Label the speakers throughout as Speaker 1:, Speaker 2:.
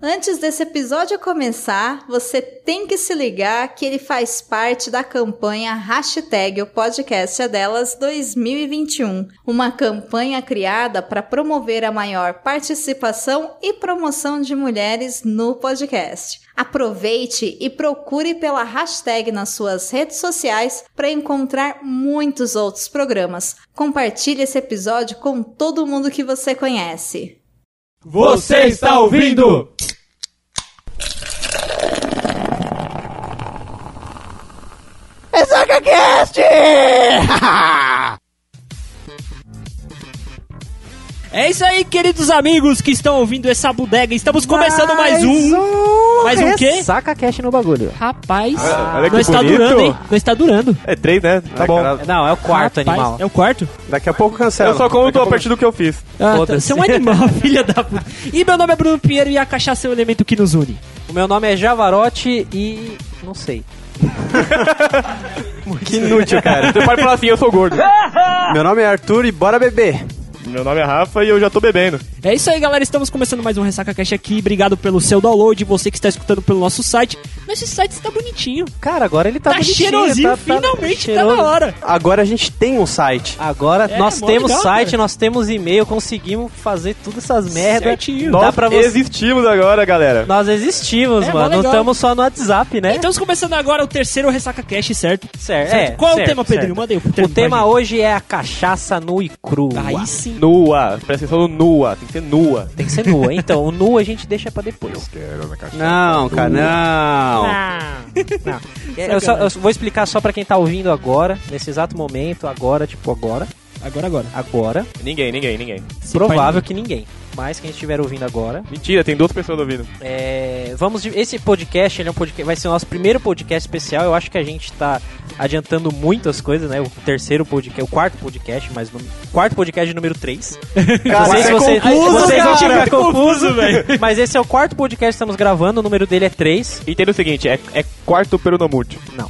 Speaker 1: Antes desse episódio começar, você tem que se ligar que ele faz parte da campanha hashtag o podcast é delas 2021, uma campanha criada para promover a maior participação e promoção de mulheres no podcast. Aproveite e procure pela hashtag nas suas redes sociais para encontrar muitos outros programas. Compartilhe esse episódio com todo mundo que você conhece.
Speaker 2: Você está ouvindo?
Speaker 3: EsagaCast!
Speaker 2: É isso aí, queridos amigos que estão ouvindo essa bodega. Estamos começando mais, um. Mais um quê?
Speaker 4: É, Saca cash no bagulho.
Speaker 2: Rapaz,
Speaker 5: olha que
Speaker 2: não está
Speaker 5: bonito.
Speaker 2: durando, hein? Não está durando.
Speaker 5: É três, né? Tá bom.
Speaker 4: Não, é o quarto
Speaker 2: Rapaz,
Speaker 4: animal.
Speaker 2: É o quarto?
Speaker 5: Daqui a pouco cancela. Eu só conto a partir do que eu fiz.
Speaker 2: Ah, tá,
Speaker 4: Foda-se.
Speaker 2: você é um animal, filha da puta. E meu nome é Bruno Pinheiro e a cachaça é o elemento que nos une.
Speaker 4: O meu nome é Javarote e. não sei.
Speaker 5: Que inútil, cara. Você pode falar assim, eu sou gordo.
Speaker 3: Meu nome é Arthur e bora beber.
Speaker 5: Meu nome é Rafa e eu já tô bebendo.
Speaker 2: É isso aí, galera. Estamos começando mais um Ressaca Cash aqui. Obrigado pelo seu download, você que está escutando pelo nosso site. Nosso site está bonitinho.
Speaker 4: Cara, agora ele tá,
Speaker 2: Tá,
Speaker 4: bonitinho,
Speaker 2: cheirosinho,
Speaker 4: tá- tá-
Speaker 2: finalmente tá,
Speaker 4: cheiroso.
Speaker 2: na hora.
Speaker 3: Agora a gente tem um site.
Speaker 4: Agora
Speaker 2: É,
Speaker 4: nós
Speaker 2: mó
Speaker 4: temos
Speaker 2: legal,
Speaker 4: site,
Speaker 2: cara.
Speaker 4: nós temos e-mail, conseguimos fazer todas essas merdas.
Speaker 2: Certinho.
Speaker 4: Dá pra você.
Speaker 5: Existimos agora, galera.
Speaker 4: Nós existimos,
Speaker 2: É, mó
Speaker 4: mano. Não
Speaker 2: legal.
Speaker 4: estamos só no WhatsApp, né?
Speaker 2: Estamos começando agora o terceiro Ressaca Cash, certo?
Speaker 4: Certo.
Speaker 2: Certo.
Speaker 4: É,
Speaker 2: Qual é o
Speaker 4: certo,
Speaker 2: tema, Pedrinho?
Speaker 4: certo.
Speaker 2: Mandei o
Speaker 4: O
Speaker 2: termo pra
Speaker 4: tema
Speaker 2: gente.
Speaker 4: hoje é a cachaça nua e crua.
Speaker 2: Aí sim.
Speaker 5: Nua. Presta atenção no nua. Tem que ser nua.
Speaker 4: Tem que ser nua. Então, o nu a gente deixa pra depois.
Speaker 3: Não, cara,
Speaker 2: Ah,
Speaker 3: não.
Speaker 4: É, Eu, só- eu vou explicar só pra quem tá ouvindo agora, nesse exato momento, agora, tipo agora,
Speaker 2: Agora, agora.
Speaker 4: agora.
Speaker 5: Ninguém, ninguém, ninguém.
Speaker 4: provável que ninguém. Mas quem estiver ouvindo agora,
Speaker 5: Mentira, tem duas pessoas ouvindo.
Speaker 4: é, vamos de- esse podcast, ele é um podcast, vai ser o nosso primeiro podcast especial. Eu acho que a gente tá adiantando muitas coisas, né? O terceiro podcast, o quarto podcast, mas no quarto podcast número 3.
Speaker 3: Cara,
Speaker 4: Não sei
Speaker 3: isso
Speaker 4: se
Speaker 3: é
Speaker 4: você-
Speaker 3: confuso,
Speaker 4: vocês vão
Speaker 3: cara.
Speaker 5: é
Speaker 4: ficar confuso, velho. Mas esse é o quarto podcast que estamos gravando, o número dele é 3.
Speaker 5: Entenda o seguinte, é, é quarto peronomútil.
Speaker 4: Não.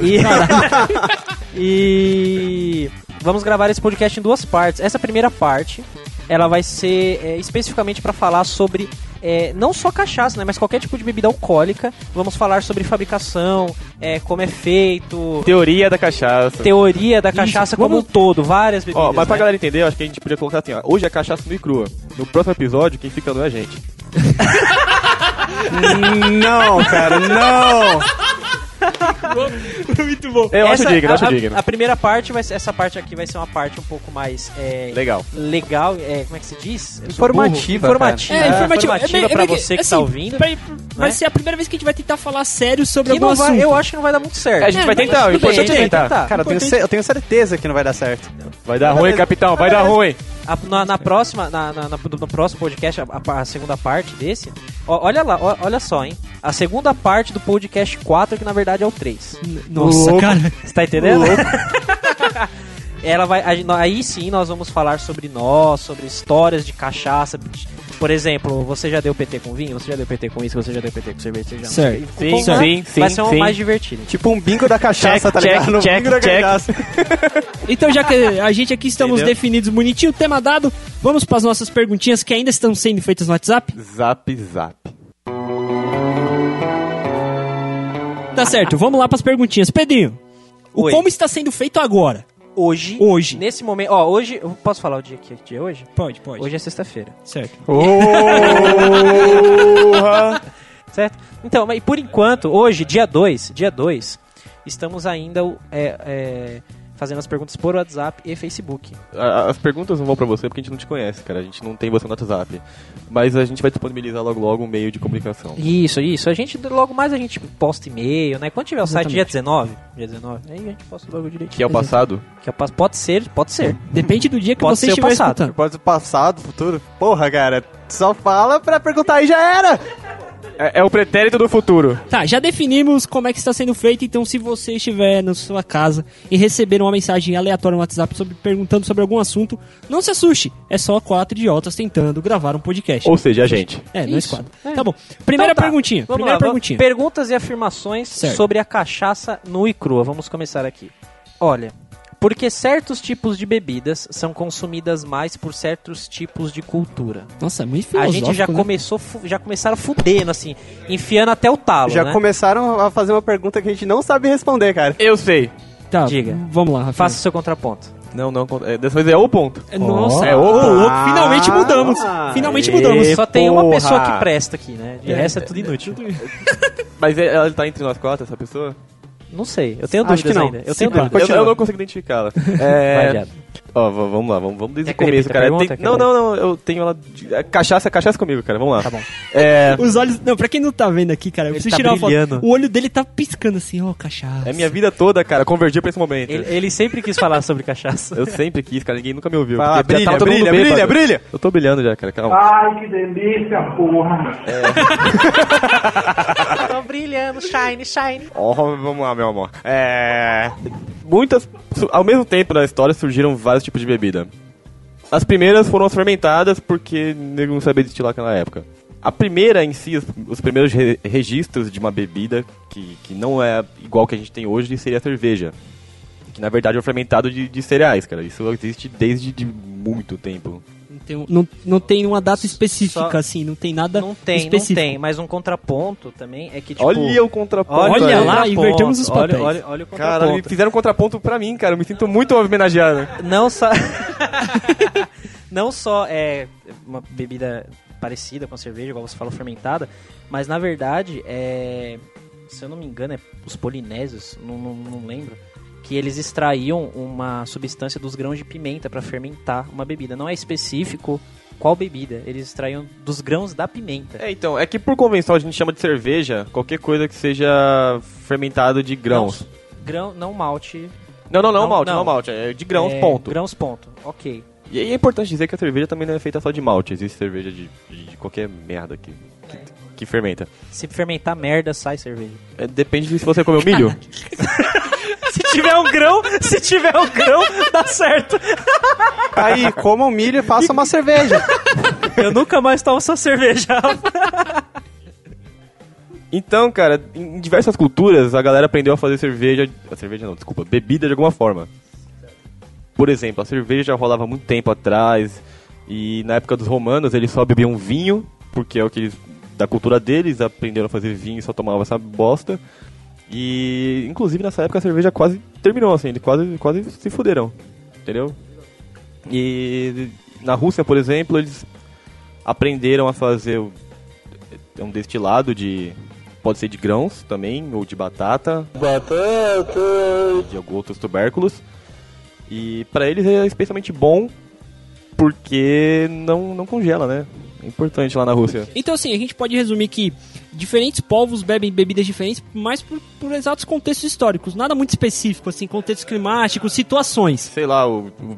Speaker 4: E... E vamos gravar esse podcast em duas partes. Essa primeira parte, ela vai ser é, especificamente para falar sobre é, não só cachaça, né, mas qualquer tipo de bebida alcoólica. Vamos falar sobre fabricação, é, como é feito,
Speaker 5: Teoria da cachaça.
Speaker 4: teoria da cachaça como
Speaker 2: vamos-
Speaker 4: um todo, várias bebidas.
Speaker 5: Ó, mas pra
Speaker 4: né?
Speaker 5: galera entender, eu acho que a gente podia colocar assim, ó. Hoje é cachaça nua e crua. No próximo episódio, quem fica nu é a gente.
Speaker 3: Não, cara, não.
Speaker 2: Muito bom.
Speaker 5: Eu
Speaker 4: Essa-
Speaker 5: acho digno, eu
Speaker 4: a-
Speaker 5: acho
Speaker 4: a,
Speaker 5: digno.
Speaker 4: a primeira parte, vai ser, essa parte aqui vai ser uma parte um pouco mais é,
Speaker 5: Legal.
Speaker 4: legal, é, como é que se diz? Eu sou burro.
Speaker 3: Informativa,
Speaker 4: Informativa.
Speaker 2: É, informativa.
Speaker 4: informativa
Speaker 2: meio-
Speaker 4: pra
Speaker 2: meio
Speaker 4: você que
Speaker 2: assim,
Speaker 4: tá ouvindo.
Speaker 2: pra- vai ser a primeira vez que a gente vai tentar falar sério sobre
Speaker 5: É
Speaker 4: Que não
Speaker 2: algum
Speaker 4: vai-
Speaker 2: assunto.
Speaker 4: eu acho que não vai dar muito certo.
Speaker 5: A gente vai
Speaker 2: mas
Speaker 5: tentar, o
Speaker 2: tudo bem,
Speaker 5: importante
Speaker 2: a
Speaker 5: é
Speaker 2: gente vai
Speaker 4: então
Speaker 5: tentar.
Speaker 4: tá.
Speaker 3: Cara, eu tenho, ce- eu tenho certeza que não vai dar certo.
Speaker 5: Vai dar ruim, capitão, vai dar ruim.
Speaker 4: A- na, na próxima, na, na- na- no próximo podcast, a, a- a segunda parte desse, ó, olha lá, ó, olha só, hein? A segunda parte do podcast 4, que na verdade é o 3.
Speaker 2: Nossa,
Speaker 3: Louco.
Speaker 2: cara.
Speaker 4: Você tá entendendo? Ela vai, a gen- aí sim nós vamos falar sobre nós, sobre histórias de cachaça. Por exemplo, você já deu PT com vinho? Você já deu PT com isso? Você já deu PT com cerveja? Você já não
Speaker 2: Certo.
Speaker 4: sei.
Speaker 5: Sim,
Speaker 4: Com-
Speaker 5: sim, sim,
Speaker 4: Vai ser uma
Speaker 5: sim.
Speaker 4: mais divertida.
Speaker 3: Tipo um bingo da
Speaker 5: Check,
Speaker 3: cachaça, tá ligado?
Speaker 5: check,
Speaker 3: No
Speaker 5: check,
Speaker 3: bingo da
Speaker 5: check.
Speaker 3: cachaça.
Speaker 2: Então, já que a gente aqui estamos
Speaker 5: Entendeu?
Speaker 2: definidos bonitinho, o tema dado, vamos para as nossas perguntinhas que ainda estão sendo feitas no WhatsApp.
Speaker 5: Zap, zap.
Speaker 2: Tá certo, vamos lá para as perguntinhas. Pedrinho, o
Speaker 4: Oi.
Speaker 2: como está sendo feito agora?
Speaker 4: Hoje,
Speaker 2: Hoje.
Speaker 4: nesse momento, ó, hoje, eu posso falar o dia que que é hoje?
Speaker 2: Pode, pode.
Speaker 4: Hoje é sexta-feira.
Speaker 2: Certo.
Speaker 4: Certo? Então, mas por enquanto, hoje, dia 2, dia 2, estamos ainda é, é, fazendo as perguntas por WhatsApp e Facebook.
Speaker 5: A- As perguntas não vão pra você porque a gente não te conhece, cara. A gente não tem você no WhatsApp. Mas a gente vai disponibilizar logo logo um meio de comunicação.
Speaker 4: Isso, isso. A gente, logo mais a gente posta e-mail, né? Quando tiver o
Speaker 2: Exatamente.
Speaker 4: site, dia 19, dia 19, aí a gente posta logo direitinho.
Speaker 5: Que é o passado?
Speaker 4: Que é o passo- Pode ser, pode ser.
Speaker 2: Depende do dia que
Speaker 4: Pode
Speaker 2: você
Speaker 4: ser o
Speaker 2: estiver
Speaker 4: passado.
Speaker 2: escutando.
Speaker 3: Pode ser passado, futuro. Porra, cara, só fala pra perguntar aí já era.
Speaker 5: É, é o pretérito do futuro.
Speaker 2: Tá, já definimos como é que está sendo feito, então se você estiver na sua casa e receber uma mensagem aleatória no WhatsApp sobre, perguntando sobre algum assunto, não se assuste, é só quatro idiotas tentando gravar um podcast.
Speaker 5: Ou seja, a gente.
Speaker 2: É, não é
Speaker 4: Isso.
Speaker 2: quatro. Tá bom. Primeira
Speaker 4: Então tá.
Speaker 2: perguntinha,
Speaker 4: Vamos
Speaker 2: primeira
Speaker 4: lá, vamos-
Speaker 2: perguntinha.
Speaker 4: Perguntas e afirmações
Speaker 2: Certo.
Speaker 4: sobre a cachaça nua e crua. Vamos começar aqui. Olha, Porque certos tipos de bebidas são consumidas mais por certos tipos de cultura.
Speaker 2: Nossa, é muito
Speaker 4: A
Speaker 2: filosófico.
Speaker 4: gente já
Speaker 2: né?
Speaker 4: começou, fu- já começaram fudendo, assim, enfiando até o talo,
Speaker 3: Já
Speaker 4: né?
Speaker 3: começaram a fazer uma pergunta que a gente não sabe responder, cara.
Speaker 5: Eu sei.
Speaker 2: Tá,
Speaker 4: Diga.
Speaker 2: Vamos lá, Rafael.
Speaker 4: Faça o seu contraponto.
Speaker 5: Não, não. É, dessa vez é o ponto.
Speaker 2: Nossa,
Speaker 5: É, ô,
Speaker 2: ô,
Speaker 5: louco.
Speaker 2: louco, finalmente mudamos.
Speaker 3: Ah,
Speaker 2: finalmente
Speaker 3: e-
Speaker 2: mudamos.
Speaker 3: E
Speaker 4: Só tem uma
Speaker 3: porra.
Speaker 4: pessoa que presta aqui, né? De
Speaker 2: É.
Speaker 4: resto é tudo inútil.
Speaker 5: Mas é- ela tá entre nós quatro, essa pessoa?
Speaker 4: Não sei, eu tenho
Speaker 3: Acho que
Speaker 4: dúvidas
Speaker 3: não.
Speaker 4: ainda. Eu
Speaker 2: Sim,
Speaker 4: tenho
Speaker 2: pá.
Speaker 4: dúvidas.
Speaker 5: Eu,
Speaker 3: Continua.
Speaker 5: eu não consigo identificá-la.
Speaker 4: Vai,
Speaker 5: É.
Speaker 4: viado.
Speaker 5: Ó, v- vamos lá, vamos, vamos desde
Speaker 4: Quer
Speaker 5: o
Speaker 4: que eu
Speaker 5: começo,
Speaker 4: repita a
Speaker 5: cara.
Speaker 4: pergunta?
Speaker 5: Tem-
Speaker 4: Quer
Speaker 5: Não,
Speaker 4: que eu-
Speaker 5: não, não, eu tenho ela. de- é, Cachaça, cachaça comigo, cara. Vamos lá.
Speaker 4: Tá bom.
Speaker 5: É.
Speaker 2: Os olhos. Não, pra quem não tá vendo aqui, cara, eu
Speaker 4: Ele
Speaker 2: preciso
Speaker 4: tá
Speaker 2: tirar uma
Speaker 4: brilhando.
Speaker 2: foto. O olho dele tá piscando assim, ó, cachaça.
Speaker 5: É minha vida toda, cara. Convergiu pra esse momento.
Speaker 4: Ele, ele sempre quis falar sobre cachaça.
Speaker 5: Eu sempre quis, cara. Ninguém nunca me ouviu.
Speaker 3: Vai lá,
Speaker 5: Porque já
Speaker 3: brilha,
Speaker 5: tava todo mundo
Speaker 3: brilha,
Speaker 5: bêbado.
Speaker 3: brilha, brilha.
Speaker 5: Eu tô brilhando já, cara. Calma.
Speaker 6: Ai, que delícia, porra!
Speaker 4: Tô brilhando, shine, shine.
Speaker 5: Ó, vamos lá, meu amor. É. Muitas. su- Ao mesmo tempo na história surgiram vários tipos de bebida. As primeiras foram as fermentadas porque nego não sabia destilar naquela época. A primeira em si, os, os primeiros re- registros de uma bebida que, que não é igual que a gente tem hoje seria a cerveja. Que na verdade é um fermentado de, de cereais, cara. Isso existe desde de muito tempo.
Speaker 2: Não tem, um- não, não tem uma data específica,
Speaker 4: Só-
Speaker 2: assim, não tem nada
Speaker 4: Não tem,
Speaker 2: específico.
Speaker 4: não tem. Mas um contraponto também é que, tipo...
Speaker 5: olha o contraponto.
Speaker 2: olha
Speaker 5: aí.
Speaker 2: lá,
Speaker 4: o contraponto,
Speaker 2: invertemos os
Speaker 4: olha-
Speaker 2: papéis.
Speaker 4: Olha, olha o
Speaker 5: Cara, me
Speaker 4: contraponto.
Speaker 5: fizeram um contraponto pra mim, cara. Eu me sinto muito homenageado.
Speaker 4: Não só... Não só é uma bebida parecida com a cerveja, igual você falou, fermentada, mas, na verdade, é... Se eu não me engano, é os polinésios, não, não, não lembro, que eles extraíam uma substância dos grãos de pimenta pra fermentar uma bebida. Não é específico qual bebida, eles extraíam dos grãos da pimenta.
Speaker 5: É, então, é que por convenção a gente chama de cerveja qualquer coisa que seja fermentado de grãos.
Speaker 4: Grão, não malte.
Speaker 5: Não, não, não,
Speaker 4: Não,
Speaker 5: malte, não.
Speaker 4: não.
Speaker 5: malte, é de grãos,
Speaker 4: é,
Speaker 5: ponto.
Speaker 4: Grãos, ponto. Ok.
Speaker 5: E aí é importante dizer que a cerveja também não é feita só de malte, existe cerveja de, de- de qualquer merda que, que, que fermenta.
Speaker 4: Se fermentar merda, sai cerveja.
Speaker 5: É, depende de se você comeu milho.
Speaker 4: se tiver um grão, se tiver um grão, dá certo.
Speaker 3: Aí, comam milho e façam uma cerveja.
Speaker 4: Eu nunca mais tomo sua cerveja.
Speaker 5: Então, cara, em em diversas culturas a galera aprendeu a fazer cerveja. a Cerveja não, desculpa, bebida de alguma forma. Por exemplo, a cerveja já rolava muito tempo atrás. E na época dos romanos eles só bebiam vinho, porque é o que eles. da cultura deles, aprenderam a fazer vinho e só tomavam essa bosta. E inclusive nessa época a cerveja quase terminou, assim, eles quase, quase se fuderam. Entendeu? E na Rússia, por exemplo, eles aprenderam a fazer o- é um destilado de. Pode ser de grãos também, ou de batata. Batata! De alguns outros tubérculos. E pra eles é especialmente bom porque não, não congela, né? É importante lá na Rússia.
Speaker 2: Então, assim, a gente pode resumir que diferentes povos bebem bebidas diferentes, mas por, por exatos contextos históricos. Nada muito específico, assim, contextos climáticos, situações.
Speaker 5: Sei lá, o, o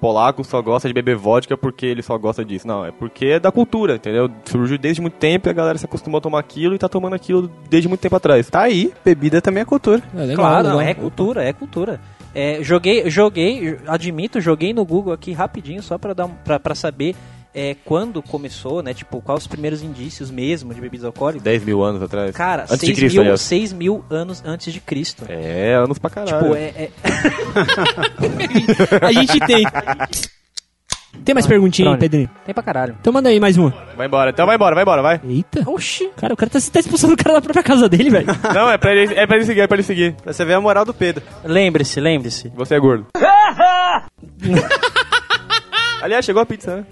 Speaker 5: polaco só gosta de beber vodka porque ele só gosta disso. Não, é porque é da cultura, entendeu? Surgiu desde muito tempo e a galera se acostumou a tomar aquilo e tá tomando aquilo desde muito tempo atrás.
Speaker 3: Tá aí, bebida também é cultura.
Speaker 2: É, legal,
Speaker 4: claro, não,
Speaker 2: legal.
Speaker 4: é cultura, é cultura. É, joguei, joguei, admito, joguei no Google aqui rapidinho só pra, dar, um- pra, pra saber é, quando começou, né? Tipo, quais os primeiros indícios mesmo de bebidas alcoólicas.
Speaker 5: 10 mil anos atrás.
Speaker 4: Cara,
Speaker 5: antes de
Speaker 4: 6
Speaker 5: Cristo,
Speaker 4: mil,
Speaker 5: aliás.
Speaker 4: 6 mil anos antes de Cristo.
Speaker 5: É, anos pra caralho.
Speaker 4: Tipo, é- é,
Speaker 2: é. A gente tem. Tem mais perguntinha aí,
Speaker 4: Brownie.
Speaker 2: Pedrinho?
Speaker 4: tem pra caralho.
Speaker 2: Então manda aí mais uma.
Speaker 5: Vai embora, então vai embora, vai embora, vai.
Speaker 2: Eita.
Speaker 4: Oxi.
Speaker 2: Cara, o cara tá, você tá expulsando o cara da própria casa dele, velho.
Speaker 5: Não, é pra ele, é pra ele seguir, é pra ele seguir.
Speaker 3: Pra você ver a moral do Pedro.
Speaker 4: Lembre-se, lembre-se.
Speaker 5: Você é gordo. Aliás, chegou a pizza, né?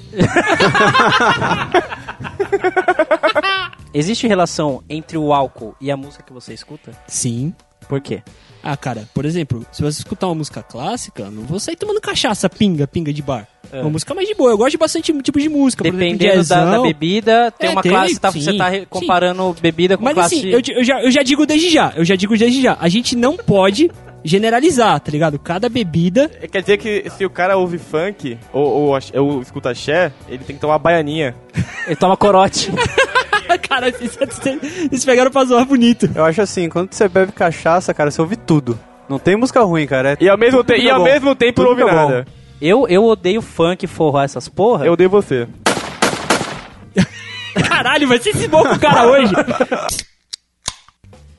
Speaker 4: Existe relação entre o álcool e a música que você escuta?
Speaker 2: Sim.
Speaker 4: Por quê?
Speaker 2: Ah, cara, por exemplo, se você escutar uma música clássica, eu não vou sair tomando cachaça, pinga, pinga de bar. É. Uma música mais de boa. Eu gosto de bastante tipo de música. por exemplo,
Speaker 4: Dependendo da, da
Speaker 2: jazzão.
Speaker 4: bebida, tem
Speaker 2: É,
Speaker 4: uma
Speaker 2: tem,
Speaker 4: classe, tá,
Speaker 2: sim,
Speaker 4: você tá re-
Speaker 2: sim.
Speaker 4: comparando bebida com
Speaker 2: Mas
Speaker 4: classe...
Speaker 2: assim, eu, di- eu já, eu já digo desde já, eu já digo desde já. A gente não pode generalizar, tá ligado? Cada bebida.
Speaker 5: É, Quer dizer que se o cara ouve funk ou, ou, ax- ou escuta axé, ele tem que tomar baianinha.
Speaker 4: Ele toma corote.
Speaker 2: cara, vocês, vocês pegaram pra zoar bonito.
Speaker 3: Eu acho assim, quando você bebe cachaça, cara, você ouve tudo. Não tem música ruim, cara. É
Speaker 5: E ao mesmo, te
Speaker 3: Tudo
Speaker 5: e ao
Speaker 3: bom.
Speaker 5: mesmo tempo não ouve
Speaker 3: Tudo bom.
Speaker 5: nada.
Speaker 4: eu, eu odeio funk, forró, essas porra.
Speaker 5: Eu odeio você.
Speaker 2: Caralho, vai ser esse bom com o cara hoje.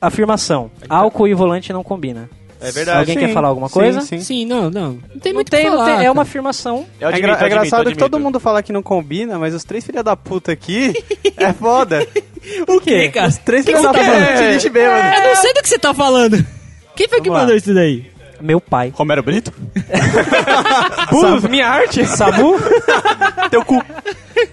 Speaker 4: Afirmação, álcool e volante não combina.
Speaker 5: É verdade.
Speaker 4: Alguém quer falar alguma coisa?
Speaker 2: Sim, não, não. Não tem
Speaker 4: Não
Speaker 2: muito o
Speaker 4: tem,
Speaker 2: que
Speaker 4: não
Speaker 2: falar.
Speaker 4: tem, é uma
Speaker 2: cara.
Speaker 4: afirmação.
Speaker 5: Eu admito,
Speaker 3: É, engra-
Speaker 5: eu
Speaker 3: é
Speaker 5: admito, eu
Speaker 3: engraçado que
Speaker 5: admito.
Speaker 3: todo mundo fala que não combina, mas os três filha da puta aqui é foda.
Speaker 2: O quê, cara?
Speaker 3: Três
Speaker 2: Que
Speaker 3: filha
Speaker 2: que
Speaker 3: da
Speaker 2: você
Speaker 3: puta.
Speaker 2: quer?
Speaker 3: Te deixa bem, mano.
Speaker 2: Eu não sei do que você tá falando. Quem foi que
Speaker 4: Vamos lá.
Speaker 2: mandou isso daí?
Speaker 4: Meu pai.
Speaker 5: Romero Brito?
Speaker 4: Sabu, minha arte. Sabu.
Speaker 5: Teu cu.